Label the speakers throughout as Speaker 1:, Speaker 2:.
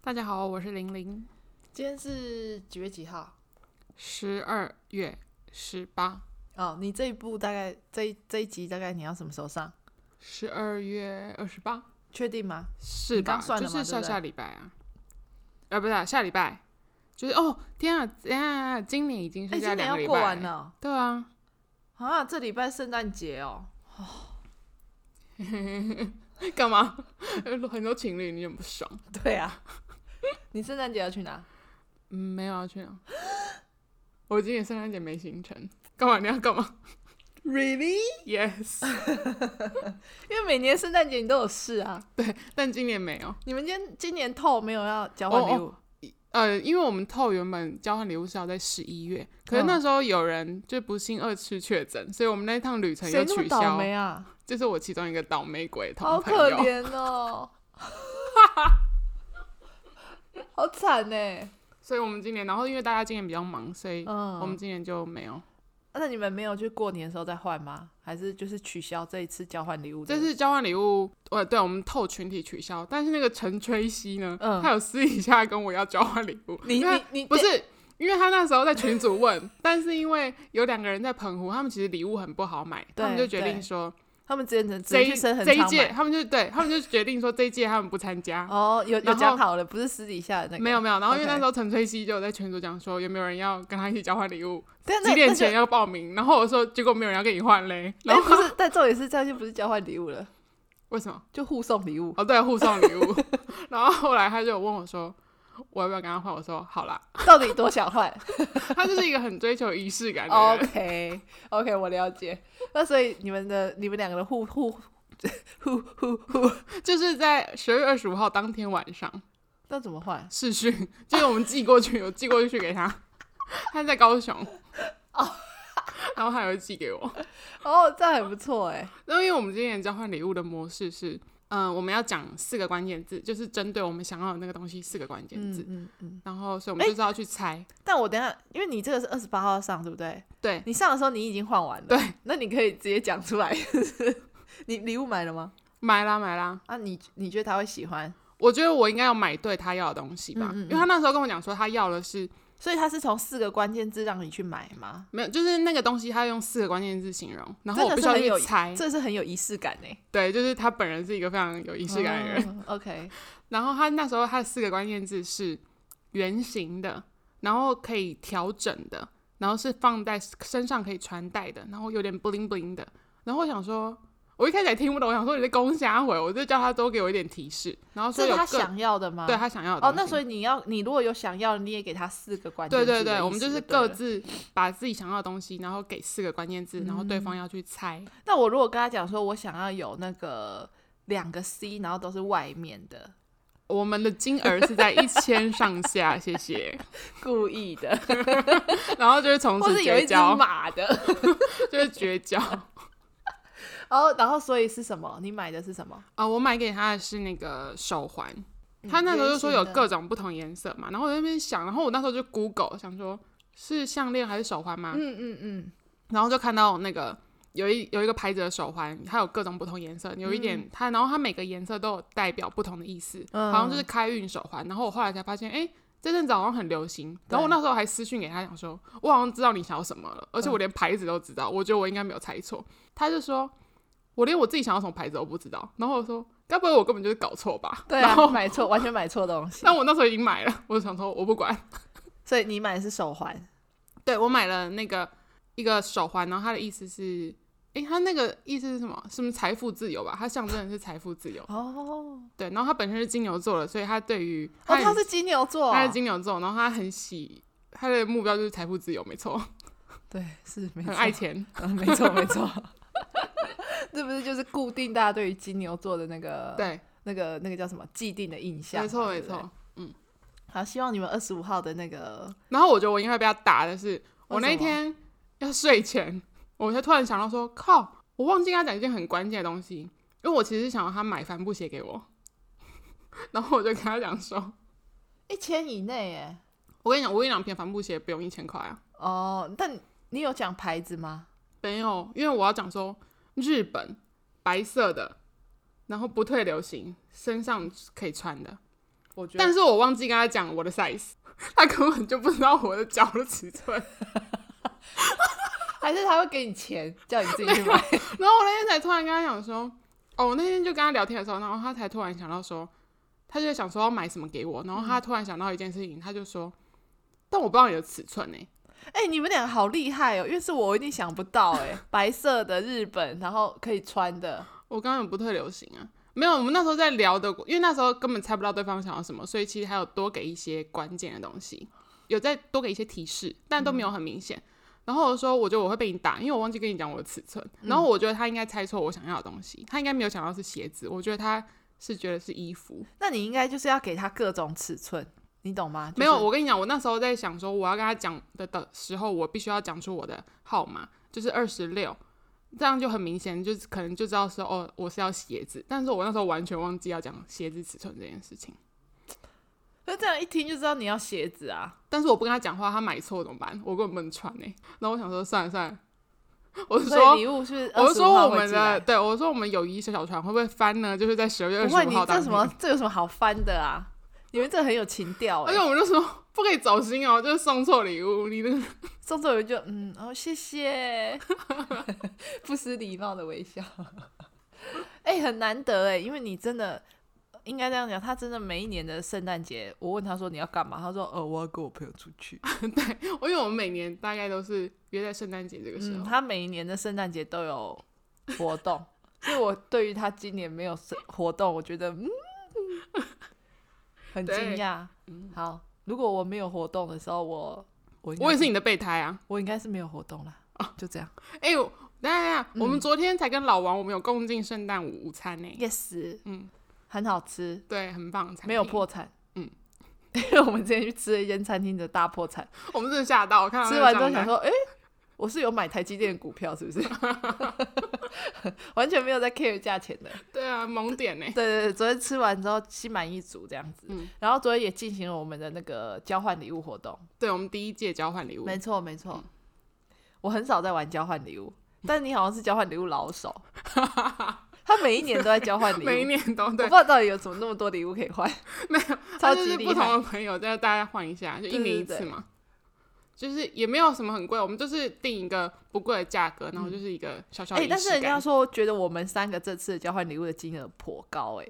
Speaker 1: 大家好，我是玲玲。
Speaker 2: 今天是几月几号？
Speaker 1: 十二月十八，
Speaker 2: 哦，你这一部大概这一这一集大概你要什么时候上？
Speaker 1: 十二月二十八，
Speaker 2: 确定吗？
Speaker 1: 是
Speaker 2: 你
Speaker 1: 吧？
Speaker 2: 刚算
Speaker 1: 就
Speaker 2: 了
Speaker 1: 是
Speaker 2: 嘛对
Speaker 1: 下
Speaker 2: 不对
Speaker 1: 下礼拜啊，啊，不是、啊、下礼拜，就是哦，天啊，天啊，今年已经
Speaker 2: 哎、
Speaker 1: 是
Speaker 2: 今
Speaker 1: 下
Speaker 2: 年
Speaker 1: 两个
Speaker 2: 要
Speaker 1: 礼
Speaker 2: 过
Speaker 1: 拜
Speaker 2: 完。了哦
Speaker 1: 对啊，
Speaker 2: 啊！这礼拜圣诞节哦，
Speaker 1: 干嘛？ 很多情侣你很不爽。
Speaker 2: 对啊， 你圣诞节要去哪？
Speaker 1: 嗯，没有要 去哪。我今年圣诞节没行程，干嘛？你要干 嘛
Speaker 2: Really？
Speaker 1: ？Yes，
Speaker 2: 因为每年圣诞节你都有事啊。
Speaker 1: 但今年没有。
Speaker 2: 你们今天今年透没有要交换礼物
Speaker 1: 呃，因为我们透原本交换礼物是要在十一月，
Speaker 2: 嗯
Speaker 1: 可是那时候有人就不幸二次确诊，所以我们那一趟旅程
Speaker 2: 谁
Speaker 1: 又
Speaker 2: 那么
Speaker 1: 取
Speaker 2: 倒
Speaker 1: 消。
Speaker 2: 霉啊？
Speaker 1: 这是我其中一个倒霉鬼同
Speaker 2: 好
Speaker 1: 朋
Speaker 2: 可
Speaker 1: 友。
Speaker 2: 怜 哦，好惨呢、
Speaker 1: 所以我们今年，然后因为大家今年比较忙，所以
Speaker 2: 嗯，
Speaker 1: 我们今年就没有。
Speaker 2: 啊那你们没有去过年的时候再换吗？还是就是取消这一次交换礼物的？
Speaker 1: 这次交换礼物，呃，对，我们透群体取消，但是那个陈吹熙呢，
Speaker 2: 嗯
Speaker 1: 他有私底下跟我要交换礼物，
Speaker 2: 你
Speaker 1: 因为
Speaker 2: 你你
Speaker 1: 不是。因为他那时候在群组问，但是因为有两个人在澎湖，他们其实礼物很不好买，他们
Speaker 2: 对
Speaker 1: 就决定
Speaker 2: 对
Speaker 1: 说，
Speaker 2: 他们之前只
Speaker 1: 这
Speaker 2: 只
Speaker 1: 一
Speaker 2: 去深恒
Speaker 1: 这一
Speaker 2: 昌
Speaker 1: 届，
Speaker 2: 买
Speaker 1: 他们就对他们就决定说这一届他们不参加。
Speaker 2: 哦，有有
Speaker 1: 然后
Speaker 2: 讲好了，不是私底下的那个。
Speaker 1: 没有，没有，然后因为
Speaker 2: OK
Speaker 1: 那时候陈翠熙就有在群组讲说有没有人要跟他一起交换礼物，
Speaker 2: 但
Speaker 1: 几
Speaker 2: 那
Speaker 1: 点
Speaker 2: 那就
Speaker 1: 前要报名，然后我说结果没有人要跟你换嘞，然后
Speaker 2: 哎不是，但重点是这样就不是交换礼物了，
Speaker 1: 为什么？
Speaker 2: 就互送礼 物。
Speaker 1: 哦对，互送礼物，然后后来他就问我说我要不要跟他换，我说好啦，
Speaker 2: 到底多想换
Speaker 1: 他就是一个很追求仪式感的人，
Speaker 2: 哦？OK OK，我了解。那所以你们的你们两个人互互互互互，
Speaker 1: 就是在十月二十五号当天晚上
Speaker 2: 那怎么换？
Speaker 1: 视讯， 就是我们寄过去，我寄过去给他，他在高雄， 然后他有寄给我。
Speaker 2: 哦，这样很不错哎。
Speaker 1: 那因为我们今年交换礼物的模式是，嗯、我们要讲四个关键字，就是针对我们想要的那个东西四个关键字，
Speaker 2: 嗯嗯嗯。
Speaker 1: 然后所以我们就是要去猜。
Speaker 2: 但我等一下，因为你这个是二十八号上，对不对？
Speaker 1: 对，
Speaker 2: 你上的时候你已经换完了，
Speaker 1: 对，
Speaker 2: 那你可以直接讲出来。 你礼物买了吗？
Speaker 1: 买啦买啦，
Speaker 2: 啊，你你觉得他会喜欢？
Speaker 1: 我觉得我应该要买对他要的东西吧，
Speaker 2: 嗯嗯嗯
Speaker 1: 因为他那时候跟我讲说他要的是
Speaker 2: 所以他是从四个关键字让你去买吗？
Speaker 1: 没有，就是那个东西他用四个关键字形容，然后
Speaker 2: 这
Speaker 1: 我
Speaker 2: 个
Speaker 1: 必
Speaker 2: 是
Speaker 1: 须要
Speaker 2: 很有
Speaker 1: 去猜。
Speaker 2: 这是很有仪式感欸呢、
Speaker 1: 对，就是他本人是一个非常有仪
Speaker 2: 仪
Speaker 1: 式感的
Speaker 2: 哦
Speaker 1: 人。
Speaker 2: OK，
Speaker 1: 然后他那时候他的四个关键字是圆形的，然后可以调整的，然后是放在身上可以穿戴的，然后有点 bling bling 的。然后我想说，我一开始也听不懂，我想说你在攻瞎回，我就叫他多给我一点提示。然后
Speaker 2: 这
Speaker 1: 说
Speaker 2: 是
Speaker 1: 有
Speaker 2: 他
Speaker 1: 各
Speaker 2: 想要的吗？
Speaker 1: 对他想要的
Speaker 2: 哦，那所
Speaker 1: 以
Speaker 2: 以你要，你如果有想要，你也给他四个关键
Speaker 1: 对
Speaker 2: 字的意
Speaker 1: 对
Speaker 2: 思。
Speaker 1: 对，我们就是
Speaker 2: 对了
Speaker 1: 各。自把自己想要的东西，然后给四个关键字，然后对
Speaker 2: 嗯
Speaker 1: 方要去猜。
Speaker 2: 那我如果跟他讲说，我想要有那个两个 C，然后都是外面的，
Speaker 1: 我们的金额是在一千上下，谢谢。
Speaker 2: 故意 的，
Speaker 1: 然后就是从
Speaker 2: 或
Speaker 1: 此
Speaker 2: 是有一
Speaker 1: 绝
Speaker 2: 只
Speaker 1: 交，
Speaker 2: 马的，
Speaker 1: 就是绝交。
Speaker 2: 然后哦然后所以是什么？你买的是什么？
Speaker 1: 啊、我买给他的是那个手环，
Speaker 2: 嗯
Speaker 1: 他那时候就说有
Speaker 2: 圆形的
Speaker 1: 各种不同颜色嘛，然后我在那边想，然后我那时候就 Google 想说是项链还是手环嘛，
Speaker 2: 嗯嗯嗯，
Speaker 1: 然后就看到那个有一有一个牌子的手环，它有各种不同颜色，有一点它，然后它每个颜色都有代表不同的意思，
Speaker 2: 嗯
Speaker 1: 好像就是开运手 环。然后我后来才发现，哎、这阵子好像很流行。然后我那时候还私讯给他讲说，我好像知道你想要什么
Speaker 2: 嗯
Speaker 1: 了，而且我连牌子都知道，我觉得我应该没有猜错。他就说，我连我自己想要什么牌子都不知道。然后我说，该不会我根本就是搞错吧？
Speaker 2: 对
Speaker 1: 然
Speaker 2: 啊，
Speaker 1: 后，
Speaker 2: 买错，完全买错东西。
Speaker 1: 但我那时候已经买了，我就想说我不 管。
Speaker 2: 所以你买的是手环，
Speaker 1: 对我买了那个一个手环，然后它的意思是，诶，它那个意思是什么？什么财富自由吧？它象征的是财富自由。
Speaker 2: 哦，
Speaker 1: 对，然后他本身是金牛座的，所以他对于
Speaker 2: 哦，
Speaker 1: 很
Speaker 2: 他是金牛座
Speaker 1: 他
Speaker 2: 啊、
Speaker 1: 是金牛座，然后他很喜他的目标就是财富自由，没错，
Speaker 2: 对，是没错，
Speaker 1: 很爱钱。
Speaker 2: 嗯 没错 没错，这不是就是固定大家对于金牛座的那个
Speaker 1: 对，
Speaker 2: 那个那个叫什么既定的印象嘛，
Speaker 1: 没错
Speaker 2: 对
Speaker 1: 没
Speaker 2: 不对
Speaker 1: 错。。
Speaker 2: 好，希望你们二十五号的那个，
Speaker 1: 然后我觉得我应该会被他打的是，我那一
Speaker 2: 为什么
Speaker 1: 天要睡前，我才突然想到说，靠，我忘记跟他讲一件很关键的东西，因为我其实想要他买帆布鞋给我， 然后我就跟他讲说，
Speaker 2: 一千以内耶，
Speaker 1: 我跟你讲，我跟你讲，片帆布鞋不用一千块啊，
Speaker 2: 哦，但你有讲牌子吗？
Speaker 1: 没有，因为我要讲说日本白色的，然后不退流行，身上可以穿的。
Speaker 2: 我觉得，
Speaker 1: 但是我忘记跟他讲我的 size，他 根本就不知道我的脚的尺寸。
Speaker 2: 还是他会给你钱，叫你自己 去买。
Speaker 1: 然后我那天才突然跟他讲说，哦，我那天就跟他聊天的时候，然后他才突然想到说，他就想说要买什么给我，然后他突然想到一件事情，他就说，但我不知道你的尺寸呢、欸
Speaker 2: 哎、你们俩好厉害哦！因为是我一定想不到哎、白色的日本，然后可以穿的，
Speaker 1: 我刚刚有不特流行啊，没有，我们那时候在聊的，因为那时候根本猜不到对方想要什么，所以其实还有多给一些关键的东西，有再多给一些提示，但都没有很明显。然后我说，我觉得我会被你打，因为我忘记跟你讲我的尺寸。然后我觉得他应该猜错我想要的东西，他应该没有想到是鞋子，我觉得他是觉得是衣服。
Speaker 2: 那你应该就是要给他各种尺寸，你懂吗？就是
Speaker 1: 没有，我跟你讲，我那时候在想说，我要跟他讲的的时候，我必须要讲出我的号码，就是二十六，这样就很明显，就是可能就知道说哦，我是要鞋子，但是我那时候完全忘记要讲鞋子尺寸这件事情。
Speaker 2: 那这样一听就知道你要鞋子啊。
Speaker 1: 但是我不跟他讲话，他买错怎么办？我根本不能穿呢、然后我想说，算了 算了，我是
Speaker 2: 所
Speaker 1: 说
Speaker 2: 以，礼物是
Speaker 1: 我是说我
Speaker 2: 25号
Speaker 1: 们的，
Speaker 2: 会寄
Speaker 1: 对我说我们友谊小小船会不会翻呢？就是在十二月
Speaker 2: 来
Speaker 1: 二
Speaker 2: 不
Speaker 1: 十
Speaker 2: 会，
Speaker 1: 五
Speaker 2: 你
Speaker 1: 号当
Speaker 2: 这什
Speaker 1: 天
Speaker 2: 么这有什么好翻的啊？你们这很有情调
Speaker 1: 而
Speaker 2: 哎、
Speaker 1: 且我们就说不可以走心哦，就是送错礼物，你那个
Speaker 2: 宋仲元就嗯哦谢谢，不失礼貌的微笑。 哎、很难得哎、因为你真的应该这样讲，他真的每一年的圣诞节，我问他说你要干嘛，他说呃我要跟我朋友出去。
Speaker 1: 我因为我们每年大概都是约在圣诞节这个时
Speaker 2: 嗯，
Speaker 1: 候，
Speaker 2: 他每一年的圣诞节都有活动，所以我对于他今年没有圣活动，我觉得嗯，很惊
Speaker 1: 对嗯
Speaker 2: 讶。好，如果我没有活动的时候，我我应该
Speaker 1: 我也是，你的备胎啊。
Speaker 2: 我应该是没有活动啦。就这样
Speaker 1: 哎、呦，等一下等一下，我
Speaker 2: 嗯
Speaker 1: 们昨天才跟老王，我们有共进圣诞午午餐呢、
Speaker 2: ，yes，
Speaker 1: 嗯，
Speaker 2: 很好吃，
Speaker 1: 对，很棒，
Speaker 2: 没有，破产。
Speaker 1: 嗯，
Speaker 2: 因为我们之前去吃了一间餐厅的大破产，
Speaker 1: 我们真的吓到，我看到那
Speaker 2: 吃
Speaker 1: 个
Speaker 2: 完之后
Speaker 1: 账
Speaker 2: 想，
Speaker 1: 单
Speaker 2: 说，哎、我是有买台积电的股票，是不 是？完全没有在 care 价钱的。
Speaker 1: 对啊，萌点呢、
Speaker 2: 对对对，昨天吃完之后心满意足这样子，
Speaker 1: 嗯
Speaker 2: 然后昨天也进行了我们的那个交换礼物活动。
Speaker 1: 对我们第一届交换礼物，
Speaker 2: 没错没
Speaker 1: 嗯
Speaker 2: 错，我很少在玩交换礼物，但你好像是交换礼物老手， 他每一年都在交换礼物，
Speaker 1: 每一年 都
Speaker 2: 我
Speaker 1: 对
Speaker 2: 不知，道到底有怎么那么多礼物可以 换，
Speaker 1: 他
Speaker 2: 超
Speaker 1: 就
Speaker 2: 级
Speaker 1: 是
Speaker 2: 厉
Speaker 1: 不同
Speaker 2: 害。
Speaker 1: 的朋友，再大家换一下，就一年一
Speaker 2: 对对
Speaker 1: 次
Speaker 2: 对
Speaker 1: 嘛。就是也没有什么很贵，我们就是定一个不贵的价格，然后就是一个小小
Speaker 2: 哎、
Speaker 1: 的仪式
Speaker 2: 但
Speaker 1: 感。
Speaker 2: 是人家说觉得我们三个这次的交换礼物的金额颇高哎、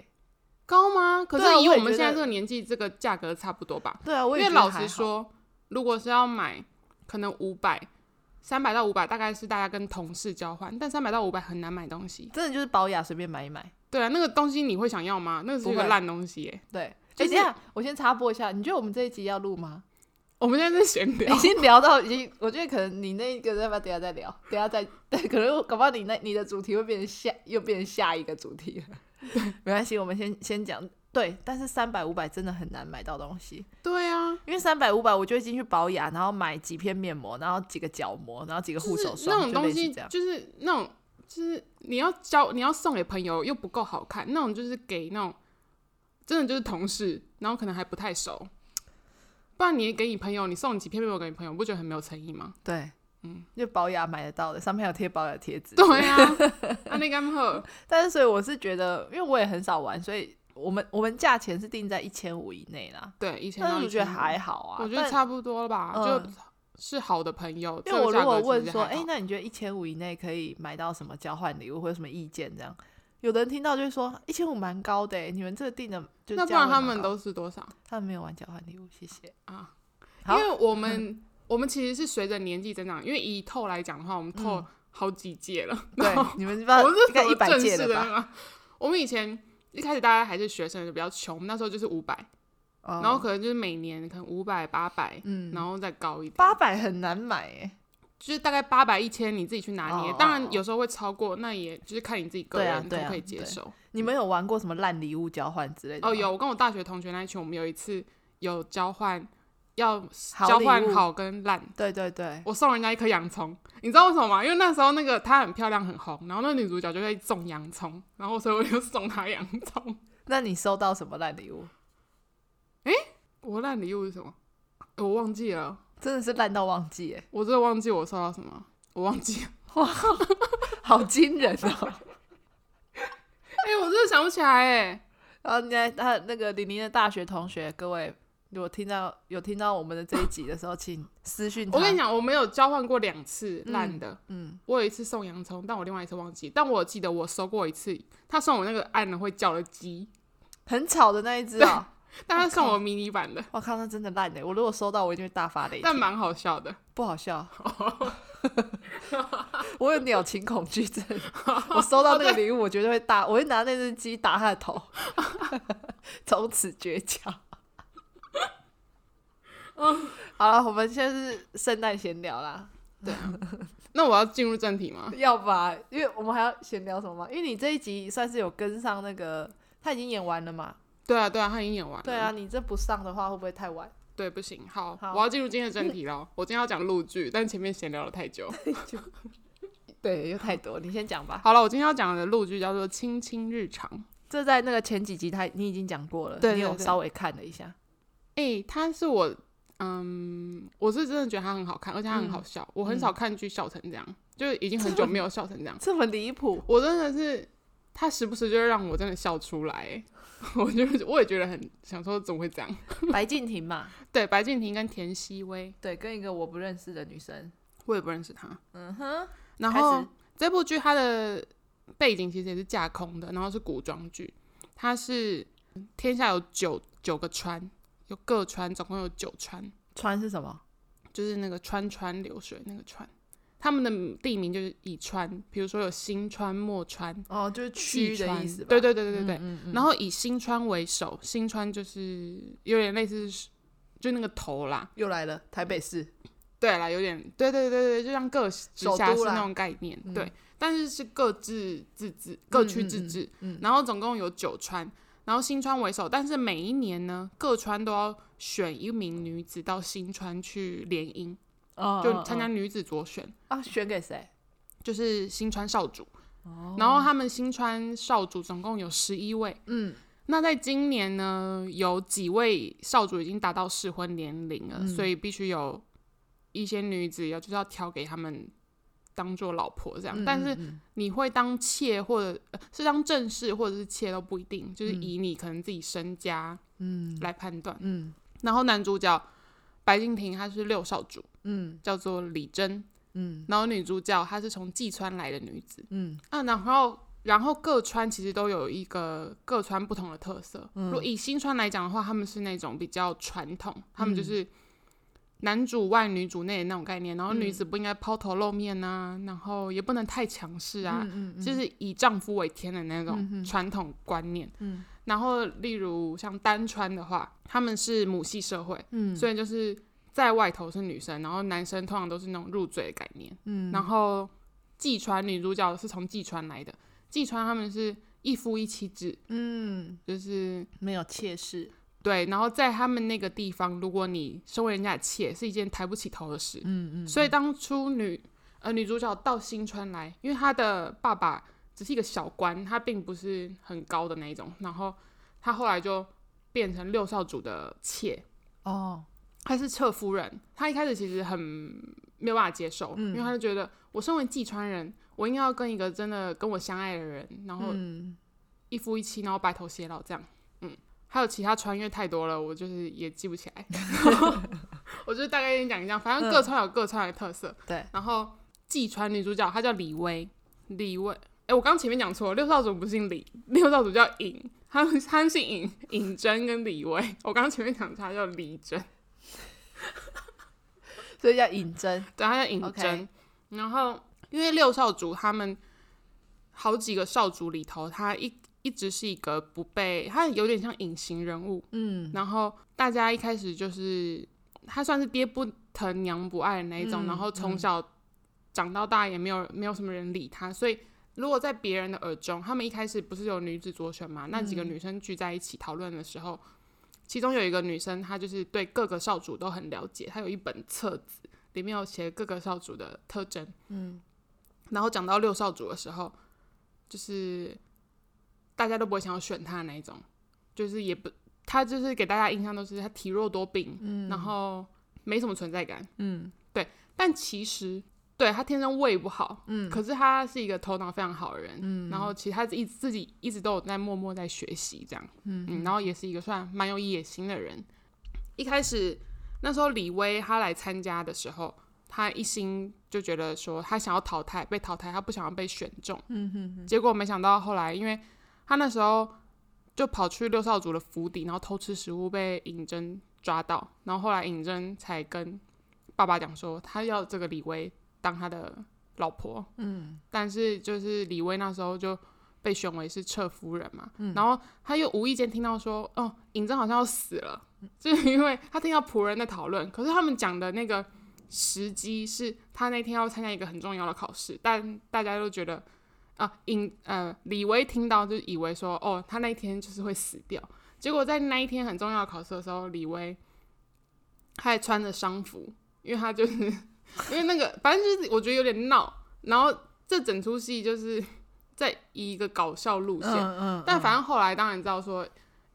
Speaker 1: 高吗？可
Speaker 2: 对啊
Speaker 1: 是以
Speaker 2: 我也
Speaker 1: 我们
Speaker 2: 觉
Speaker 1: 现在
Speaker 2: 得
Speaker 1: 这个年纪，这个价格差不多吧。
Speaker 2: 对啊，我也
Speaker 1: 因为
Speaker 2: 觉得
Speaker 1: 老
Speaker 2: 还
Speaker 1: 实
Speaker 2: 好，
Speaker 1: 说，如果是要买，可能五百、三百到五百，大概是大家跟同事交换，但三百到五百很难买东西。
Speaker 2: 真的就是保雅随便买一买。
Speaker 1: 对啊，那个东西你会想要吗？那个是一
Speaker 2: 不
Speaker 1: 个
Speaker 2: 会
Speaker 1: 烂东西耶、
Speaker 2: 对，哎、
Speaker 1: 就是
Speaker 2: 等一下我先插播一下，你觉得我们这一集要录吗？
Speaker 1: 我们现在在闲聊
Speaker 2: 已，经聊到已经，我觉得可能你那个要不要等一下再聊，等一下再， 对，可能搞不好你那你的主题会变成下又变成下一个主题 了。没关系，我们先先讲。对，但是三百五百真的很难买到东西，
Speaker 1: 对 啊，
Speaker 2: 因为三百五百我就会进去保养，然后买几片面膜，然后几个角膜，然后几个护手
Speaker 1: 就是
Speaker 2: 霜，
Speaker 1: 那种
Speaker 2: 就
Speaker 1: 东
Speaker 2: 类似
Speaker 1: 西
Speaker 2: 这样。
Speaker 1: 就是那种就是你要交你要送给朋友又不够好看，那种就是给那种真的就是同事，然后可能还不太熟。不然你给你朋友，你送你几片面膜给你朋友，不觉得很没有诚意吗？
Speaker 2: 对，
Speaker 1: 嗯
Speaker 2: 嗯，就保养买得到的，上面还有贴保养贴纸。
Speaker 1: 对啊， 那你干喝？
Speaker 2: 但是所以我是觉得，因为我也很少玩，所以我们我们价钱是定在一千五以内啦。
Speaker 1: 对，以前
Speaker 2: 但是
Speaker 1: 到
Speaker 2: 我觉得
Speaker 1: 1500
Speaker 2: 还好啊，
Speaker 1: 我觉
Speaker 2: 但
Speaker 1: 得差不多了吧，
Speaker 2: 嗯
Speaker 1: 就是好的朋友。
Speaker 2: 因为我如
Speaker 1: 这个价格
Speaker 2: 果
Speaker 1: 其实
Speaker 2: 问说，
Speaker 1: 还
Speaker 2: 哎、
Speaker 1: 好
Speaker 2: 那你觉得一千五以内可以买到什么交换礼物，或者什么意见这样？有的人听到就会说，一千五蛮高的欸，你们这个定的就
Speaker 1: 那不
Speaker 2: 价位
Speaker 1: 然他
Speaker 2: 蛮
Speaker 1: 们
Speaker 2: 高
Speaker 1: 都是多少
Speaker 2: 他们没有玩交换礼物，谢谢。
Speaker 1: 啊？因
Speaker 2: 好嗯
Speaker 1: 为我们我们其实是随着年纪增长，因为以透来讲的话，我们透
Speaker 2: 嗯
Speaker 1: 好几届了，
Speaker 2: 对
Speaker 1: 然后，
Speaker 2: 你们不知道
Speaker 1: 我们是
Speaker 2: 应
Speaker 1: 怎
Speaker 2: 该一
Speaker 1: 么
Speaker 2: 百
Speaker 1: 正
Speaker 2: 届
Speaker 1: 式
Speaker 2: 了
Speaker 1: 的那
Speaker 2: 吧？
Speaker 1: 个？我们以前一开始大家还是学生，就比较穷，我们那时候就是五百，
Speaker 2: 然
Speaker 1: 然后可能就是每年可能五百、八百，
Speaker 2: 哦嗯，
Speaker 1: 然后再高一点，
Speaker 2: 八百很难买哎，
Speaker 1: 就是大概八百、一千，你自己去拿捏
Speaker 2: 哦。
Speaker 1: 当
Speaker 2: 哦哦
Speaker 1: 然有时候会超过，那也就是看你自己个
Speaker 2: 对啊
Speaker 1: 人可
Speaker 2: 对
Speaker 1: 不
Speaker 2: 啊
Speaker 1: 可以接
Speaker 2: 对
Speaker 1: 受。
Speaker 2: 你们有玩过什么烂礼物交换之类的？
Speaker 1: 哦，，有，我跟我大学同学那一群，我们有一次有交换，要
Speaker 2: 好
Speaker 1: 交
Speaker 2: 礼
Speaker 1: 换
Speaker 2: 物
Speaker 1: 好跟烂。
Speaker 2: 对对对，
Speaker 1: 我送人家一颗洋葱，你知道为什么吗？因为那时候那个她很漂亮，很红，然后那女主角就会种洋葱，然后所以我就送她洋葱。
Speaker 2: 那你收到什么烂礼物？
Speaker 1: 我烂礼物是什么？欸我忘记了，
Speaker 2: 真的是烂到忘记哎，
Speaker 1: 我真的忘记我收到什么，我忘记了。
Speaker 2: 好惊人哦！
Speaker 1: 欸哎、我真的想不起来哎、
Speaker 2: 然后你看他那个李宁的大学同学，各位如果听到有听到我们的这一集的时候，请私讯他。
Speaker 1: 我跟你讲，我们有交换过两次
Speaker 2: 嗯
Speaker 1: 烂的，
Speaker 2: 嗯，
Speaker 1: 我有一次送洋葱，但我另外一次忘记，但我记得我收过一次，他送我那个按了会叫的鸡，
Speaker 2: 很吵的那一只啊、
Speaker 1: 但他送
Speaker 2: 我
Speaker 1: 我迷你版的，
Speaker 2: 我靠，那真的烂欸的。我如果收到，我一定会大发雷霆。
Speaker 1: 但蛮好笑的。
Speaker 2: 不好 笑。我有鸟禽恐惧 症，我收到那
Speaker 1: 哦
Speaker 2: 个礼物，我绝对会打，我会拿那只鸡打他的头， 从此绝 交。
Speaker 1: 哦
Speaker 2: 好了，我们现在是圣诞闲聊啦，
Speaker 1: 那我要进入正题吗？
Speaker 2: 要吧？因为我们还要闲聊什么吗？因为你这一集算是有跟上那个，他已经演完了嘛？
Speaker 1: 对啊，对啊，他已经演完了。
Speaker 2: 对啊，，你这不上的话会不会太晚？
Speaker 1: 对，不行，好，
Speaker 2: 好
Speaker 1: 我要进入今天的正题喽。我今天要讲陆剧，但前面闲聊了太久。
Speaker 2: 对，又太多，你先讲吧。
Speaker 1: 好了，我今天要讲的陆剧叫做《亲亲日常》。
Speaker 2: 这在那个前几集他你已经讲过了，
Speaker 1: 对
Speaker 2: 你
Speaker 1: 对
Speaker 2: 有
Speaker 1: 对
Speaker 2: 稍微看了一下。
Speaker 1: 诶，它是我，嗯，我是真的觉得它很好看，而且它很
Speaker 2: 嗯
Speaker 1: 好笑。我很少看剧笑成这样，就已经很久没有笑成这样。
Speaker 2: 这么离谱，
Speaker 1: 我真的是，他时不时就会让我真的笑出来 欸，我就我也觉得很想说怎么会这样？
Speaker 2: 白敬亭嘛，
Speaker 1: 对，白敬亭跟田曦薇，
Speaker 2: 对，跟一个我不认识的女生，
Speaker 1: 我也不认识他。
Speaker 2: 嗯哼，
Speaker 1: 然
Speaker 2: 开
Speaker 1: 后
Speaker 2: 始
Speaker 1: 这部剧它的背景其实也是架空的，然后是古装剧，它是天下有九九个川，有各川，总共有九川，
Speaker 2: 川是什么？
Speaker 1: 就是那个川川流水那个川，他们的地名就是以川，比如说有新川、墨川、
Speaker 2: 哦，就是
Speaker 1: 细
Speaker 2: 区的
Speaker 1: 川
Speaker 2: 意思吧？
Speaker 1: 对对对对对对。
Speaker 2: 嗯嗯
Speaker 1: 然后以新川为首，新川就是有点类似是，就那个头啦，
Speaker 2: 又来了，台北市，
Speaker 1: 对啦，有点对对对对，就像各直
Speaker 2: 首
Speaker 1: 辖
Speaker 2: 都
Speaker 1: 市
Speaker 2: 啦
Speaker 1: 那种概念，
Speaker 2: 嗯
Speaker 1: 对。但是是各自自治，各区自治，
Speaker 2: 嗯
Speaker 1: 然后总共有九川，然后新川为首，但是每一年呢，各川都要选一名女子到新川去联姻，
Speaker 2: 哦
Speaker 1: 就参加
Speaker 2: 哦
Speaker 1: 女子左选，
Speaker 2: 哦啊，选给谁？
Speaker 1: 就是新川少主。
Speaker 2: 哦
Speaker 1: 然后他们新川少主总共有十一位，
Speaker 2: 嗯，
Speaker 1: 那在今年呢，有几位少主已经达到适婚年龄了，
Speaker 2: 嗯
Speaker 1: 所以必须有一些女子要就是要挑给他们当做老婆这样。
Speaker 2: 嗯
Speaker 1: 但是
Speaker 2: 嗯
Speaker 1: 你会当妾或者、呃是当正室或者是妾都不一定，就是
Speaker 2: 嗯
Speaker 1: 以你可能自己身家
Speaker 2: 嗯
Speaker 1: 来判断。
Speaker 2: 嗯
Speaker 1: 然后男主角白敬亭他是六少主，
Speaker 2: 嗯
Speaker 1: 叫做李珍，
Speaker 2: 嗯
Speaker 1: 然后女主角她是从济川来的女子
Speaker 2: 嗯
Speaker 1: 啊，然后。然后各川其实都有一个各川不同的特色。
Speaker 2: 嗯
Speaker 1: 如果以新川来讲的话，他们是那种比较传统，他们就
Speaker 2: 嗯
Speaker 1: 是男主外女主内的那种概念。然后女
Speaker 2: 嗯
Speaker 1: 子不应该抛头露面啊，然后也不能太强势啊，
Speaker 2: 嗯嗯
Speaker 1: 就是以丈夫为天的那
Speaker 2: 嗯
Speaker 1: 种
Speaker 2: 哼
Speaker 1: 传统观念。
Speaker 2: 嗯
Speaker 1: 然后，例如像单川的话，他们是母系社会，
Speaker 2: 嗯，
Speaker 1: 所
Speaker 2: 以
Speaker 1: 以就是在外头是女生，然后男生通常都是那种入赘的概念。
Speaker 2: 嗯
Speaker 1: 然后纪川女主角是从纪川来的，纪川他们是一夫一妻制，
Speaker 2: 嗯
Speaker 1: 就是
Speaker 2: 没有妾室，
Speaker 1: 对。然后在他们那个地方，如果你身为人家的妾，是一件抬不起头的事。
Speaker 2: 嗯嗯，
Speaker 1: 所以当初女呃女主角到新川来，因为她的爸爸只是一个小官，他并不是很高的那一种，然后她后来就变成六少主的妾，
Speaker 2: 哦，
Speaker 1: 她是侧夫人。她一开始其实很没有办法接受，
Speaker 2: 嗯
Speaker 1: 因为她就觉得我身为济川人，我应该要跟一个真的跟我相爱的人，然后
Speaker 2: 嗯
Speaker 1: 一夫一妻，然后白头偕老这样。嗯，还有其他穿越太多了，我就是也记不起 来。 我就大概跟你讲一下，反
Speaker 2: 嗯
Speaker 1: 正各川有各川的特色。
Speaker 2: 对，
Speaker 1: 然后纪川女主角她叫李薇，李薇，哎，我刚前面讲错了，六少主不姓李，六少主叫尹，他们他们姓尹，尹真跟李薇。我刚前面讲她叫李真，
Speaker 2: 所以叫尹真，
Speaker 1: 对，她叫尹真。
Speaker 2: OK
Speaker 1: 然后因为六少主他们好几个少主里头，他一一直是一个不被，他有点像隐形人物，
Speaker 2: 嗯
Speaker 1: 然后大家一开始就是他算是爹不疼娘不爱的那一种，
Speaker 2: 嗯
Speaker 1: 然后从小长到大也没有没有什么人理他，所以如果在别人的耳中，他们一开始不是有女子左选嘛？
Speaker 2: 嗯
Speaker 1: 那几个女生聚在一起讨论的时候，其中有一个女生她就是对各个少主都很了解，她有一本册子，里面有写各个少主的特征。
Speaker 2: 嗯
Speaker 1: 然后讲到六少主的时候，就是大家都不会想要选他的那一种，就是也不他就是给大家印象都是他体弱多病，
Speaker 2: 嗯，
Speaker 1: 然后没什么存在感。
Speaker 2: 嗯
Speaker 1: 但其实对他天生胃不好，
Speaker 2: 嗯
Speaker 1: 可是他是一个头脑非常好的人，
Speaker 2: 嗯
Speaker 1: 然后其实他一直自己一直都有在默默在学习这样，
Speaker 2: 嗯
Speaker 1: 嗯，然后也是一个算蛮有野心的人。一开始那时候李威他来参加的时候，他一心就觉得说他想要淘汰被淘汰，他不想要被选中。
Speaker 2: 嗯哼哼，
Speaker 1: 结果没想到后来，因为他那时候就跑去六少主的府邸，然后偷吃食物被尹真抓到，然后后来尹真才跟爸爸讲说，他要这个李薇当他的老婆，
Speaker 2: 嗯
Speaker 1: 但是就是李薇那时候就被选为是侧夫人嘛，
Speaker 2: 嗯
Speaker 1: 然后他又无意间听到说，哦，尹真好像要死了，就是因为他听到仆人的讨论，可是他们讲的那个时机是他那天要参加一个很重要的考试，但大家都觉得。啊，尹呃，李薇听到就以为说，哦，他那一天就是会死掉。结果在那一天很重要的考试的时候，李薇她还穿着丧服，因为她就是因为那个，反正就是我觉得有点闹。然后这整出戏就是在以一个搞笑路线，
Speaker 2: 嗯
Speaker 1: 但反正后来当然知道说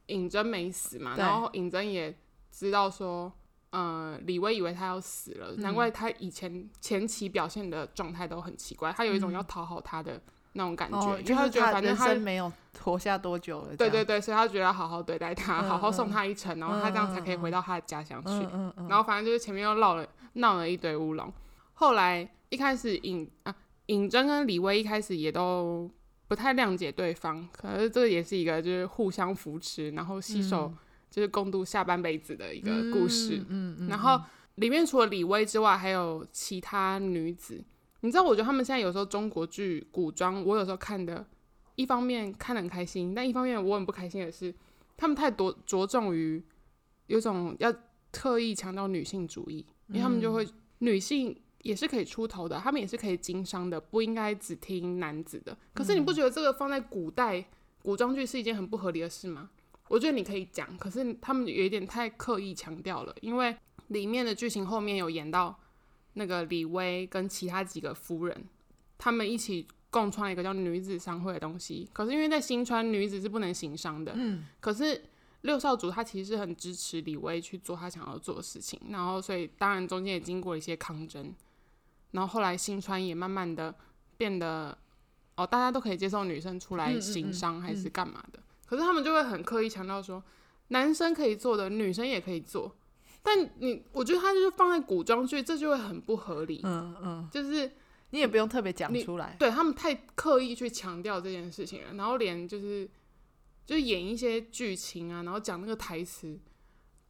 Speaker 1: 尹真没死嘛，
Speaker 2: 对
Speaker 1: 然后尹真也知道说，呃，李薇以为他要死了，
Speaker 2: 嗯
Speaker 1: 难怪他以前前期表现的状态都很奇怪，他有一种
Speaker 2: 嗯
Speaker 1: 要讨好他的那种感觉，
Speaker 2: 哦，
Speaker 1: 因
Speaker 2: 就
Speaker 1: 为他
Speaker 2: 是
Speaker 1: 觉得
Speaker 2: 他
Speaker 1: 反正
Speaker 2: 人
Speaker 1: 他
Speaker 2: 生没有活下多久了，
Speaker 1: 对对对，所以他觉得要好好对待他，
Speaker 2: 嗯
Speaker 1: 好好送他一程，然后他这样才可
Speaker 2: 嗯
Speaker 1: 以
Speaker 2: 嗯嗯
Speaker 1: 回到他的家乡去。
Speaker 2: 这样，嗯嗯嗯，
Speaker 1: 然后反正就是前面又闹了闹了一堆乌龙。后来一开始尹啊尹真跟李薇一开始也都不太谅解对方，可是这也是一个就是互相扶持，然后携手就是共度下半辈子的一
Speaker 2: 一
Speaker 1: 个故事。，
Speaker 2: 嗯嗯，
Speaker 1: 然后里面除了李薇之外，还有其他女子。你知道，我觉得他们现在有时候中国剧古装，我有时候看的，一方面看得很开心，但一方面我很不开心的是，他们太多着重于有种要特意强调女性主义，
Speaker 2: 嗯
Speaker 1: 因为他们就会、女性也是可以出头的，他们也是可以经商的，不应该只听男子的。可是你
Speaker 2: 嗯
Speaker 1: 不觉得这个放在古代古装剧是一件很不合理的事吗？我觉得你可以讲，可是他们有一点太刻意强调了，因为里面的剧情后面有演到那个李薇跟其他几个夫人，他们一起共创一个叫女子商会的东西。可是因为在新川，女子是不能行商的，
Speaker 2: 嗯
Speaker 1: 可是六少主他其实是很支持李薇去做他想要做的事情，然后所以当然中间也经过一些抗争，然后后来新川也慢慢的变得哦，大家都可以接受女生出
Speaker 2: 嗯
Speaker 1: 来
Speaker 2: 嗯
Speaker 1: 行商
Speaker 2: 嗯
Speaker 1: 还是干嘛的，可是他们就会很刻意强调说，男生可以做的，女生也可以做。但你，我觉得他就是放在古装剧，这就会很不合理。
Speaker 2: 嗯嗯，
Speaker 1: 就是
Speaker 2: 你也不用特别讲出来，
Speaker 1: 对他们太刻意去强调这件事情了，然后连就是就是演一些剧情啊，然后讲那个台词。